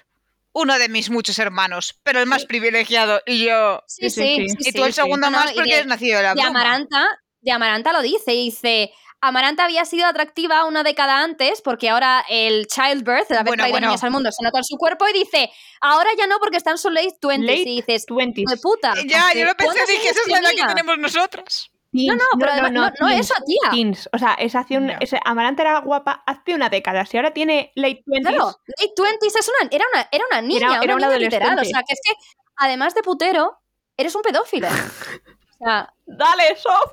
[SPEAKER 2] uno de mis muchos hermanos, pero el más privilegiado, y yo...
[SPEAKER 1] Sí,
[SPEAKER 3] Sí, sí,
[SPEAKER 1] sí,
[SPEAKER 3] sí,
[SPEAKER 2] y tú el
[SPEAKER 3] sí.
[SPEAKER 2] segundo
[SPEAKER 3] No, no,
[SPEAKER 2] más
[SPEAKER 3] y
[SPEAKER 2] porque
[SPEAKER 3] de-
[SPEAKER 2] eres nacido de la
[SPEAKER 3] de
[SPEAKER 2] bruma.
[SPEAKER 3] Amaranta, de Amaranta lo dice y dice, Amaranta había sido atractiva una década antes porque ahora el childbirth, el haber
[SPEAKER 2] Bueno,
[SPEAKER 3] traído
[SPEAKER 2] bueno.
[SPEAKER 3] niños al mundo, se nota en su cuerpo y dice, ahora ya no porque están en su late 20
[SPEAKER 1] Late
[SPEAKER 3] y dices, hijo
[SPEAKER 1] 20s.
[SPEAKER 3] de puta.
[SPEAKER 2] Eh, Ya, yo lo pensé,
[SPEAKER 3] ¿cuántos
[SPEAKER 2] dije,
[SPEAKER 3] años
[SPEAKER 2] esa es la edad que
[SPEAKER 3] tenía?
[SPEAKER 2] tenemos nosotras.
[SPEAKER 3] No, no, pero además- no, no,
[SPEAKER 1] teens,
[SPEAKER 3] eso, tía.
[SPEAKER 1] teens. O sea, es hace un,
[SPEAKER 2] No.
[SPEAKER 1] es- Amaranta era guapa hace una década. Si ahora tiene late 20s,
[SPEAKER 3] Claro, late 20 es una, era, una, era una niña,
[SPEAKER 1] era
[SPEAKER 3] una
[SPEAKER 1] un
[SPEAKER 3] niña literal. O
[SPEAKER 1] adolescente.
[SPEAKER 3] sea, que es que además de putero, eres un pedófilo. O sea,
[SPEAKER 1] dale, Sof.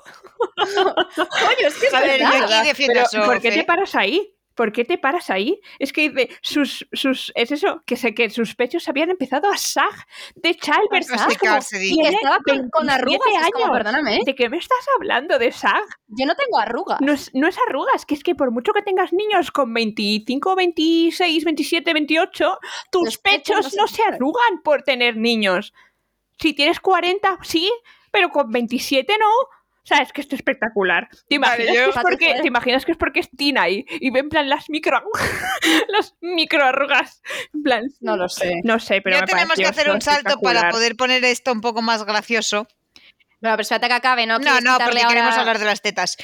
[SPEAKER 3] coño, es que es
[SPEAKER 2] A ver, yo
[SPEAKER 3] verdad.
[SPEAKER 2] aquí defiendo a
[SPEAKER 1] ¿Por qué
[SPEAKER 2] Sof,
[SPEAKER 1] te
[SPEAKER 2] ¿eh?
[SPEAKER 1] paras ahí? ¿Por qué te paras ahí? Es que dice, sus, sus, es eso, que sé que sus pechos habían empezado a sag de childbirth.
[SPEAKER 2] A masticarse, dice.
[SPEAKER 3] Que estaba con, con
[SPEAKER 1] 27
[SPEAKER 3] arrugas, es como,
[SPEAKER 1] años.
[SPEAKER 3] perdóname, ¿eh?
[SPEAKER 1] ¿De qué me estás hablando de sag?
[SPEAKER 3] yo no tengo arrugas.
[SPEAKER 1] No es, no es arrugas, que es que por mucho que tengas niños con 25, 26, 27, 28, tus
[SPEAKER 3] Los pechos
[SPEAKER 1] pechos,
[SPEAKER 3] no se
[SPEAKER 1] no se arrugan por tener niños. Si tienes 40, sí, pero con 27 no. O sea, es que esto es espectacular. ¿Te
[SPEAKER 2] Vale,
[SPEAKER 1] imaginas, que,
[SPEAKER 2] yo-
[SPEAKER 1] es porque,
[SPEAKER 3] Joder.
[SPEAKER 1] ¿te imaginas que es porque es Tina y, y ve en plan las micro las microarrugas? En plan,
[SPEAKER 3] No lo sé.
[SPEAKER 1] no sé, pero
[SPEAKER 2] ya
[SPEAKER 1] me
[SPEAKER 2] tenemos que
[SPEAKER 1] pareció
[SPEAKER 2] hacer un
[SPEAKER 1] esto
[SPEAKER 2] salto para
[SPEAKER 1] espectacular.
[SPEAKER 2] poder poner esto un poco más gracioso.
[SPEAKER 3] Bueno, pero espérate que acabe, ¿no?
[SPEAKER 2] No,
[SPEAKER 3] ¿Quieres
[SPEAKER 2] no, porque
[SPEAKER 3] quitarle ahora-
[SPEAKER 2] queremos hablar de las tetas.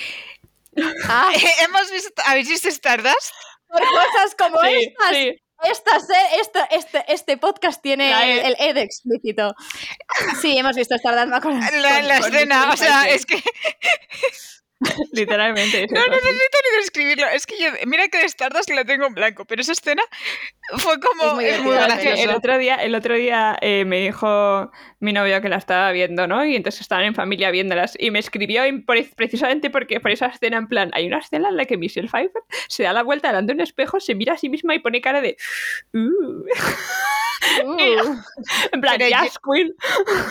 [SPEAKER 3] Ah,
[SPEAKER 2] Hemos visto, ¿Habéis visto Stardust?
[SPEAKER 3] por cosas como
[SPEAKER 1] Sí,
[SPEAKER 3] estas.
[SPEAKER 1] sí.
[SPEAKER 3] estas eh, esta- este, este podcast tiene
[SPEAKER 1] La E.
[SPEAKER 3] el, el ED explícito. Sí, hemos visto Stardust, me acuerdo.
[SPEAKER 2] La, la
[SPEAKER 1] con
[SPEAKER 2] escena, o
[SPEAKER 1] Nicole
[SPEAKER 2] sea,
[SPEAKER 1] Kidman.
[SPEAKER 2] es que
[SPEAKER 1] Literalmente. es
[SPEAKER 2] no
[SPEAKER 1] eso, sí.
[SPEAKER 2] necesito ni describirlo. Es que yo, mira que de Stardust la tengo en blanco, pero esa escena fue como...
[SPEAKER 3] Es muy
[SPEAKER 2] es muy
[SPEAKER 3] divertida,
[SPEAKER 1] Claro, es que
[SPEAKER 2] gracioso.
[SPEAKER 1] el otro día, el otro día eh, me dijo mi novio que la estaba viendo, ¿no? Y entonces estaban en familia viéndolas. Y me escribió en- pre- precisamente porque por esa escena, en plan, hay una escena en la que Michelle Pfeiffer se da la vuelta delante de un espejo, se mira a sí misma y pone cara de. "Uh".
[SPEAKER 3] Uh,
[SPEAKER 1] En plan,
[SPEAKER 2] Pero
[SPEAKER 1] ya
[SPEAKER 2] yo-
[SPEAKER 1] Queen.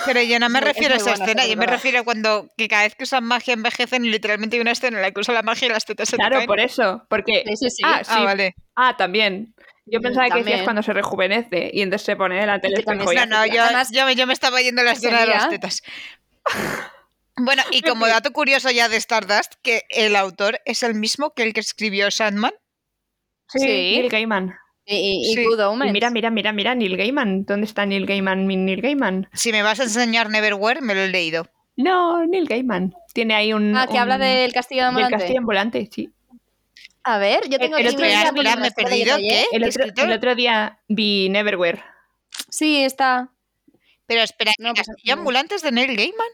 [SPEAKER 2] Pero yo no me
[SPEAKER 3] Es muy-
[SPEAKER 2] refiero a
[SPEAKER 3] es muy
[SPEAKER 2] esa
[SPEAKER 3] buena
[SPEAKER 2] escena,
[SPEAKER 3] esa
[SPEAKER 2] yo me
[SPEAKER 3] película.
[SPEAKER 2] refiero a cuando que cada vez que usan magia envejecen y literalmente hay una escena en la que usa la magia y las tetas se te
[SPEAKER 1] Claro,
[SPEAKER 2] caen.
[SPEAKER 1] por eso. Porque.
[SPEAKER 3] sí, pues sí, sí.
[SPEAKER 1] Ah,
[SPEAKER 2] Ah,
[SPEAKER 1] sí.
[SPEAKER 2] vale.
[SPEAKER 1] Ah, también. Yo
[SPEAKER 3] Mm,
[SPEAKER 1] pensaba que
[SPEAKER 3] también.
[SPEAKER 1] decías cuando se rejuvenece y entonces se pone delante del
[SPEAKER 3] Es que también
[SPEAKER 1] espejo. y
[SPEAKER 2] No,
[SPEAKER 1] hace ya.
[SPEAKER 2] no, yo,
[SPEAKER 3] Pues Además-
[SPEAKER 2] yo, me- yo me estaba yendo a la escena de
[SPEAKER 3] Sería-
[SPEAKER 2] las tetas. Bueno, y como
[SPEAKER 1] fin.
[SPEAKER 2] dato curioso ya de Stardust, que el autor es el mismo que el que escribió Sandman.
[SPEAKER 1] Sí,
[SPEAKER 3] Sí.
[SPEAKER 1] Neil Gaiman.
[SPEAKER 3] Y, y- y
[SPEAKER 2] Sí,
[SPEAKER 3] Good Omens.
[SPEAKER 1] Y mira, mira, mira, mira, Neil Gaiman. ¿Dónde está Neil Gaiman, mi Neil Gaiman?
[SPEAKER 2] Si me vas a enseñar Neverwhere, me lo he leído.
[SPEAKER 1] No, Neil Gaiman. Tiene ahí un...
[SPEAKER 3] Ah, que habla
[SPEAKER 1] un-
[SPEAKER 3] del castillo de
[SPEAKER 1] del
[SPEAKER 3] Ambulante.
[SPEAKER 1] castillo ambulante, sí.
[SPEAKER 3] A ver, yo tengo
[SPEAKER 1] El
[SPEAKER 3] aquí
[SPEAKER 1] otro
[SPEAKER 3] una
[SPEAKER 1] día,
[SPEAKER 2] mira,
[SPEAKER 3] lista porque
[SPEAKER 2] me he
[SPEAKER 3] la estoy leyendo
[SPEAKER 2] perdido,
[SPEAKER 3] ayer.
[SPEAKER 1] El otro,
[SPEAKER 2] escritor?
[SPEAKER 1] el otro día vi Neverwhere.
[SPEAKER 3] Sí, está.
[SPEAKER 2] Pero espera,
[SPEAKER 3] No,
[SPEAKER 2] ¿El
[SPEAKER 3] pues,
[SPEAKER 2] Castillo
[SPEAKER 3] no.
[SPEAKER 2] Ambulante es de Neil Gaiman?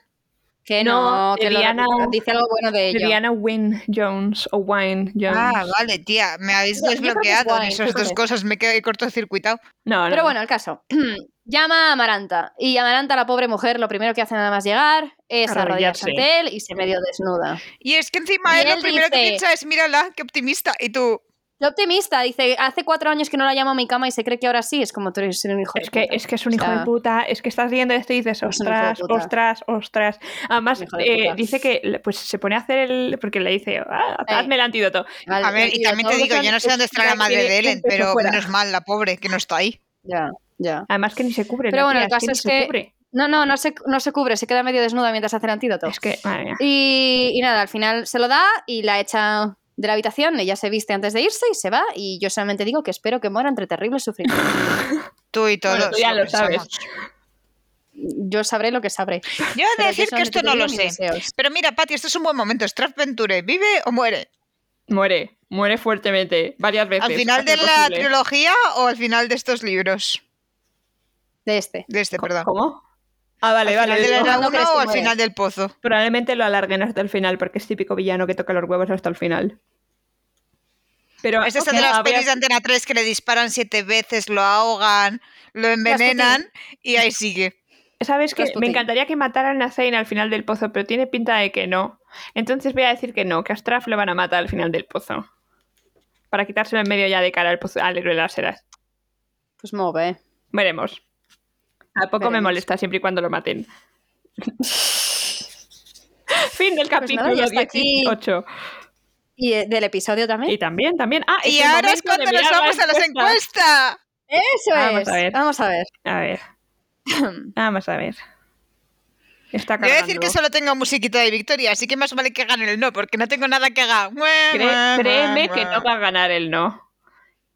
[SPEAKER 3] Que
[SPEAKER 1] No,
[SPEAKER 3] no,
[SPEAKER 1] de
[SPEAKER 3] que lo
[SPEAKER 1] Diana-
[SPEAKER 3] repito, dice algo bueno de ello.
[SPEAKER 1] Diana Wynne Jones o Wynne Jones.
[SPEAKER 2] Ah, vale, tía, me habéis
[SPEAKER 3] Yo- yo creo que es
[SPEAKER 2] desbloqueado en
[SPEAKER 3] guay,
[SPEAKER 2] esas dos
[SPEAKER 3] fíjate.
[SPEAKER 2] cosas, me quedé cortocircuitado.
[SPEAKER 1] no, no, no.
[SPEAKER 3] Pero bueno, el caso. Llama a Amaranta. Y Amaranta, la pobre mujer, lo primero que hace nada más llegar es
[SPEAKER 1] Arrodillarse.
[SPEAKER 3] arrodillarse ante él y se medio desnuda.
[SPEAKER 2] Y es que encima
[SPEAKER 3] Y
[SPEAKER 2] él lo
[SPEAKER 3] él
[SPEAKER 2] primero que
[SPEAKER 3] dice-
[SPEAKER 2] piensa es, mírala, qué optimista. Y tú,
[SPEAKER 3] Qué optimista, dice, hace cuatro años que no la llamo a mi cama y se cree que ahora sí. Es como tú eres un hijo
[SPEAKER 1] Es
[SPEAKER 3] de
[SPEAKER 1] que,
[SPEAKER 3] puta.
[SPEAKER 1] es que es un
[SPEAKER 3] O
[SPEAKER 1] hijo de
[SPEAKER 3] sea,
[SPEAKER 1] puta, es que estás viendo esto y dices,
[SPEAKER 3] es un hijo de
[SPEAKER 1] ostras,
[SPEAKER 3] puta.
[SPEAKER 1] ostras, ostras. Además,
[SPEAKER 3] Un hijo de
[SPEAKER 1] eh,
[SPEAKER 3] puta.
[SPEAKER 1] dice que le- pues se pone a hacer el. Porque le dice, "Ah,
[SPEAKER 3] Eh.
[SPEAKER 1] hazme el antídoto.
[SPEAKER 3] vale,
[SPEAKER 2] a ver, y
[SPEAKER 3] tío,
[SPEAKER 2] también te
[SPEAKER 3] todo-
[SPEAKER 2] digo, yo no sé
[SPEAKER 1] es-
[SPEAKER 2] dónde estará la
[SPEAKER 1] tiene
[SPEAKER 2] madre de
[SPEAKER 1] un
[SPEAKER 2] Ellen,
[SPEAKER 1] pecho
[SPEAKER 2] pero
[SPEAKER 1] fuera.
[SPEAKER 2] menos mal, la pobre, que no está ahí.
[SPEAKER 3] Ya, ya.
[SPEAKER 1] Además, que ni se cubre.
[SPEAKER 3] Pero
[SPEAKER 1] la
[SPEAKER 3] bueno,
[SPEAKER 1] tía,
[SPEAKER 3] el caso
[SPEAKER 1] ni
[SPEAKER 3] es
[SPEAKER 1] se
[SPEAKER 3] que-
[SPEAKER 1] cubre.
[SPEAKER 3] No, no, no se, no se cubre, se queda medio desnuda mientras hace el antídoto.
[SPEAKER 1] Es que, madre mía.
[SPEAKER 3] Y, y nada, al final se lo da y la echa de la habitación, ella se viste antes de irse y se va y yo solamente digo que espero que muera entre terribles sufrimientos.
[SPEAKER 2] Tú y todos.
[SPEAKER 1] Bueno, tú ya lo
[SPEAKER 2] pensamos.
[SPEAKER 3] Yo sabré lo que sabré.
[SPEAKER 2] Yo he
[SPEAKER 3] Pero
[SPEAKER 2] de
[SPEAKER 3] yo
[SPEAKER 2] decir que
[SPEAKER 3] solamente
[SPEAKER 2] esto
[SPEAKER 3] te
[SPEAKER 2] no
[SPEAKER 3] digo
[SPEAKER 2] lo
[SPEAKER 3] mis
[SPEAKER 2] sé.
[SPEAKER 3] deseos.
[SPEAKER 2] Pero mira, Pati, esto es un buen momento. Strap Venture, ¿vive o muere?
[SPEAKER 1] Muere, muere fuertemente, varias veces.
[SPEAKER 2] ¿Al final de
[SPEAKER 1] hace lo
[SPEAKER 2] la
[SPEAKER 1] posible.
[SPEAKER 2] trilogía o al final de estos libros?
[SPEAKER 3] De este.
[SPEAKER 2] De este, perdón.
[SPEAKER 1] ¿Cómo? Ah, vale,
[SPEAKER 2] ¿Al
[SPEAKER 1] vale.
[SPEAKER 2] final de la
[SPEAKER 1] digo,
[SPEAKER 3] no
[SPEAKER 2] laguna
[SPEAKER 3] crees que
[SPEAKER 2] o al
[SPEAKER 3] muere.
[SPEAKER 2] final del pozo?
[SPEAKER 1] Probablemente lo alarguen hasta el final, porque es típico villano que toca los huevos hasta el final. Pero
[SPEAKER 2] Es Pues esta de
[SPEAKER 1] ok,
[SPEAKER 2] las
[SPEAKER 1] ah, voy a-
[SPEAKER 2] pelis de Antena 3 que le disparan siete veces, lo ahogan, lo envenenan y ahí sigue.
[SPEAKER 1] ¿Sabes que Me
[SPEAKER 3] Rasputin.
[SPEAKER 1] encantaría que mataran a Zane al final del pozo, pero tiene pinta de que no. Entonces voy a decir que no, que a Straff lo van a matar al final del pozo. Para quitárselo en medio ya de cara al, pozo, al héroe de las eras.
[SPEAKER 3] Pues move.
[SPEAKER 1] Veremos. A poco me
[SPEAKER 3] Veremos.
[SPEAKER 1] molesta siempre y cuando lo maten. fin del
[SPEAKER 3] Pues nada,
[SPEAKER 1] capítulo
[SPEAKER 3] ya está aquí.
[SPEAKER 1] 18.
[SPEAKER 3] Y eh, del episodio también.
[SPEAKER 1] Y también, también. Ah,
[SPEAKER 2] Y
[SPEAKER 1] el
[SPEAKER 2] ahora
[SPEAKER 1] momento de
[SPEAKER 2] es cuando nos
[SPEAKER 1] mirar la
[SPEAKER 2] vamos a las
[SPEAKER 1] encuesta.
[SPEAKER 2] encuestas.
[SPEAKER 3] Eso
[SPEAKER 1] Vamos
[SPEAKER 3] es.
[SPEAKER 1] a ver.
[SPEAKER 3] Vamos a ver.
[SPEAKER 1] A ver. Vamos a ver. Está
[SPEAKER 2] Voy a decir que
[SPEAKER 1] cargando.
[SPEAKER 2] solo tengo musiquita de victoria, así que más vale que gane el no, porque no tengo nada que haga.
[SPEAKER 1] Cre- créeme que no va a ganar el no.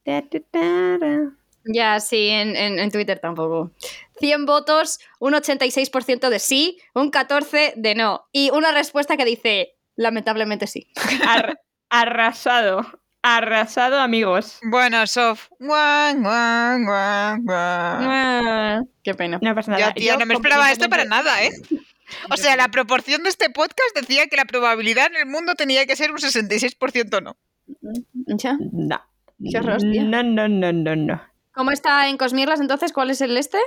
[SPEAKER 1] Ta, ta, ta, ra.
[SPEAKER 3] Ya, sí, en, en- en Twitter tampoco. 100 votos, un 86% de sí, un 14% de no. Y una respuesta que dice, lamentablemente sí.
[SPEAKER 1] Ar- arrasado. Arrasado, amigos.
[SPEAKER 2] Bueno, Sof. Guan, guan, guan, guan.
[SPEAKER 3] Ah, Qué pena.
[SPEAKER 1] No pasa nada.
[SPEAKER 2] Ya, tío,
[SPEAKER 1] Yo
[SPEAKER 2] no me esperaba esto para
[SPEAKER 1] completamente-
[SPEAKER 2] nada, ¿eh? O sea, la proporción de este podcast decía que la probabilidad en el mundo tenía que ser un 66% no.
[SPEAKER 3] Ya.
[SPEAKER 1] No.
[SPEAKER 3] Qué horror, tía.
[SPEAKER 1] No, no, no, no, no.
[SPEAKER 3] ¿Cómo está en Cosmirlas entonces? ¿Cuál es el este?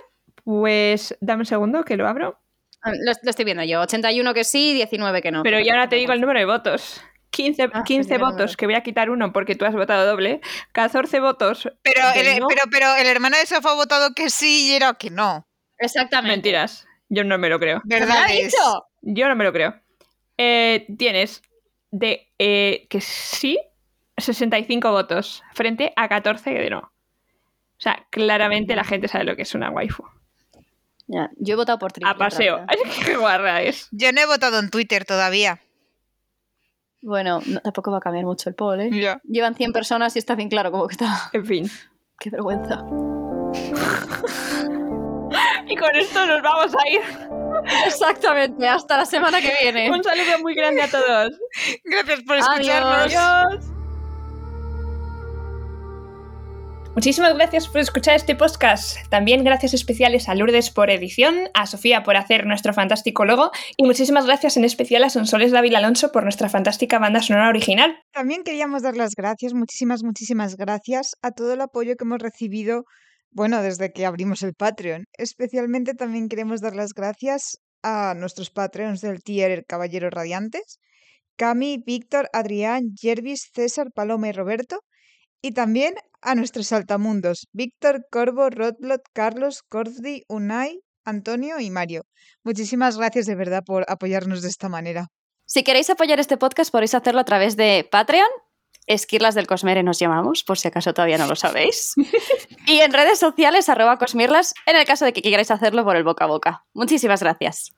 [SPEAKER 1] Pues dame un segundo que lo abro.
[SPEAKER 3] Ah, Lo, lo estoy viendo yo. 81 que sí, 19 que no.
[SPEAKER 1] Pero ya ahora te digo el número de votos. 15,
[SPEAKER 3] Ah,
[SPEAKER 1] 15
[SPEAKER 3] pues mira,
[SPEAKER 1] votos,
[SPEAKER 3] número.
[SPEAKER 1] que voy a quitar uno porque tú has votado doble. 14 votos.
[SPEAKER 2] Pero
[SPEAKER 1] de
[SPEAKER 2] el,
[SPEAKER 1] no.
[SPEAKER 2] pero, pero el hermano de Sof ha votado que sí y era que no.
[SPEAKER 3] Exactamente.
[SPEAKER 1] Mentiras. Yo no me lo creo.
[SPEAKER 3] ¿Me lo ha
[SPEAKER 2] ¿Verdad? es?
[SPEAKER 3] dicho?
[SPEAKER 1] Yo no me lo creo. Eh, tienes de eh, que sí 65 votos frente a 14 de no. O sea, claramente la gente sabe lo que es una waifu.
[SPEAKER 3] Ya, Yo he votado por triple.
[SPEAKER 1] A paseo.
[SPEAKER 3] en realidad.
[SPEAKER 1] Es que qué guarra es.
[SPEAKER 2] Yo no he votado en Twitter todavía.
[SPEAKER 3] Bueno, no- tampoco va a cambiar mucho el poll, ¿eh?
[SPEAKER 2] Ya.
[SPEAKER 3] Llevan 100 personas y está bien claro cómo que está.
[SPEAKER 1] En fin.
[SPEAKER 3] Qué vergüenza.
[SPEAKER 1] Y con esto nos vamos a ir.
[SPEAKER 3] Exactamente. Hasta la semana que viene.
[SPEAKER 1] Un saludo muy grande a todos.
[SPEAKER 2] Gracias por escucharnos.
[SPEAKER 3] Adiós.
[SPEAKER 1] Adiós. Muchísimas gracias por escuchar este podcast. También gracias especiales a Lourdes por edición, a Sofía por hacer nuestro fantástico logo y muchísimas gracias en especial a Sonsoles David Alonso por nuestra fantástica banda sonora original.
[SPEAKER 2] También queríamos dar las gracias, muchísimas, muchísimas gracias a todo el apoyo que hemos recibido, bueno, desde que abrimos el Patreon. Especialmente también queremos dar las gracias a nuestros Patreons del tier Caballeros Radiantes, Cami, Víctor, Adrián, Jervis, César, Paloma y Roberto, y también a nuestros saltamundos, Víctor, Corvo, Rodlot, Carlos, Cordi, Unai, Antonio y Mario. Muchísimas gracias de verdad por apoyarnos de esta manera.
[SPEAKER 3] Si queréis apoyar este podcast, podéis hacerlo a través de Patreon. Esquirlas del Cosmere nos llamamos, por si acaso todavía no lo sabéis. Y en redes sociales, arroba Cosmirlas, en el caso de que queráis hacerlo por el boca a boca. Muchísimas gracias.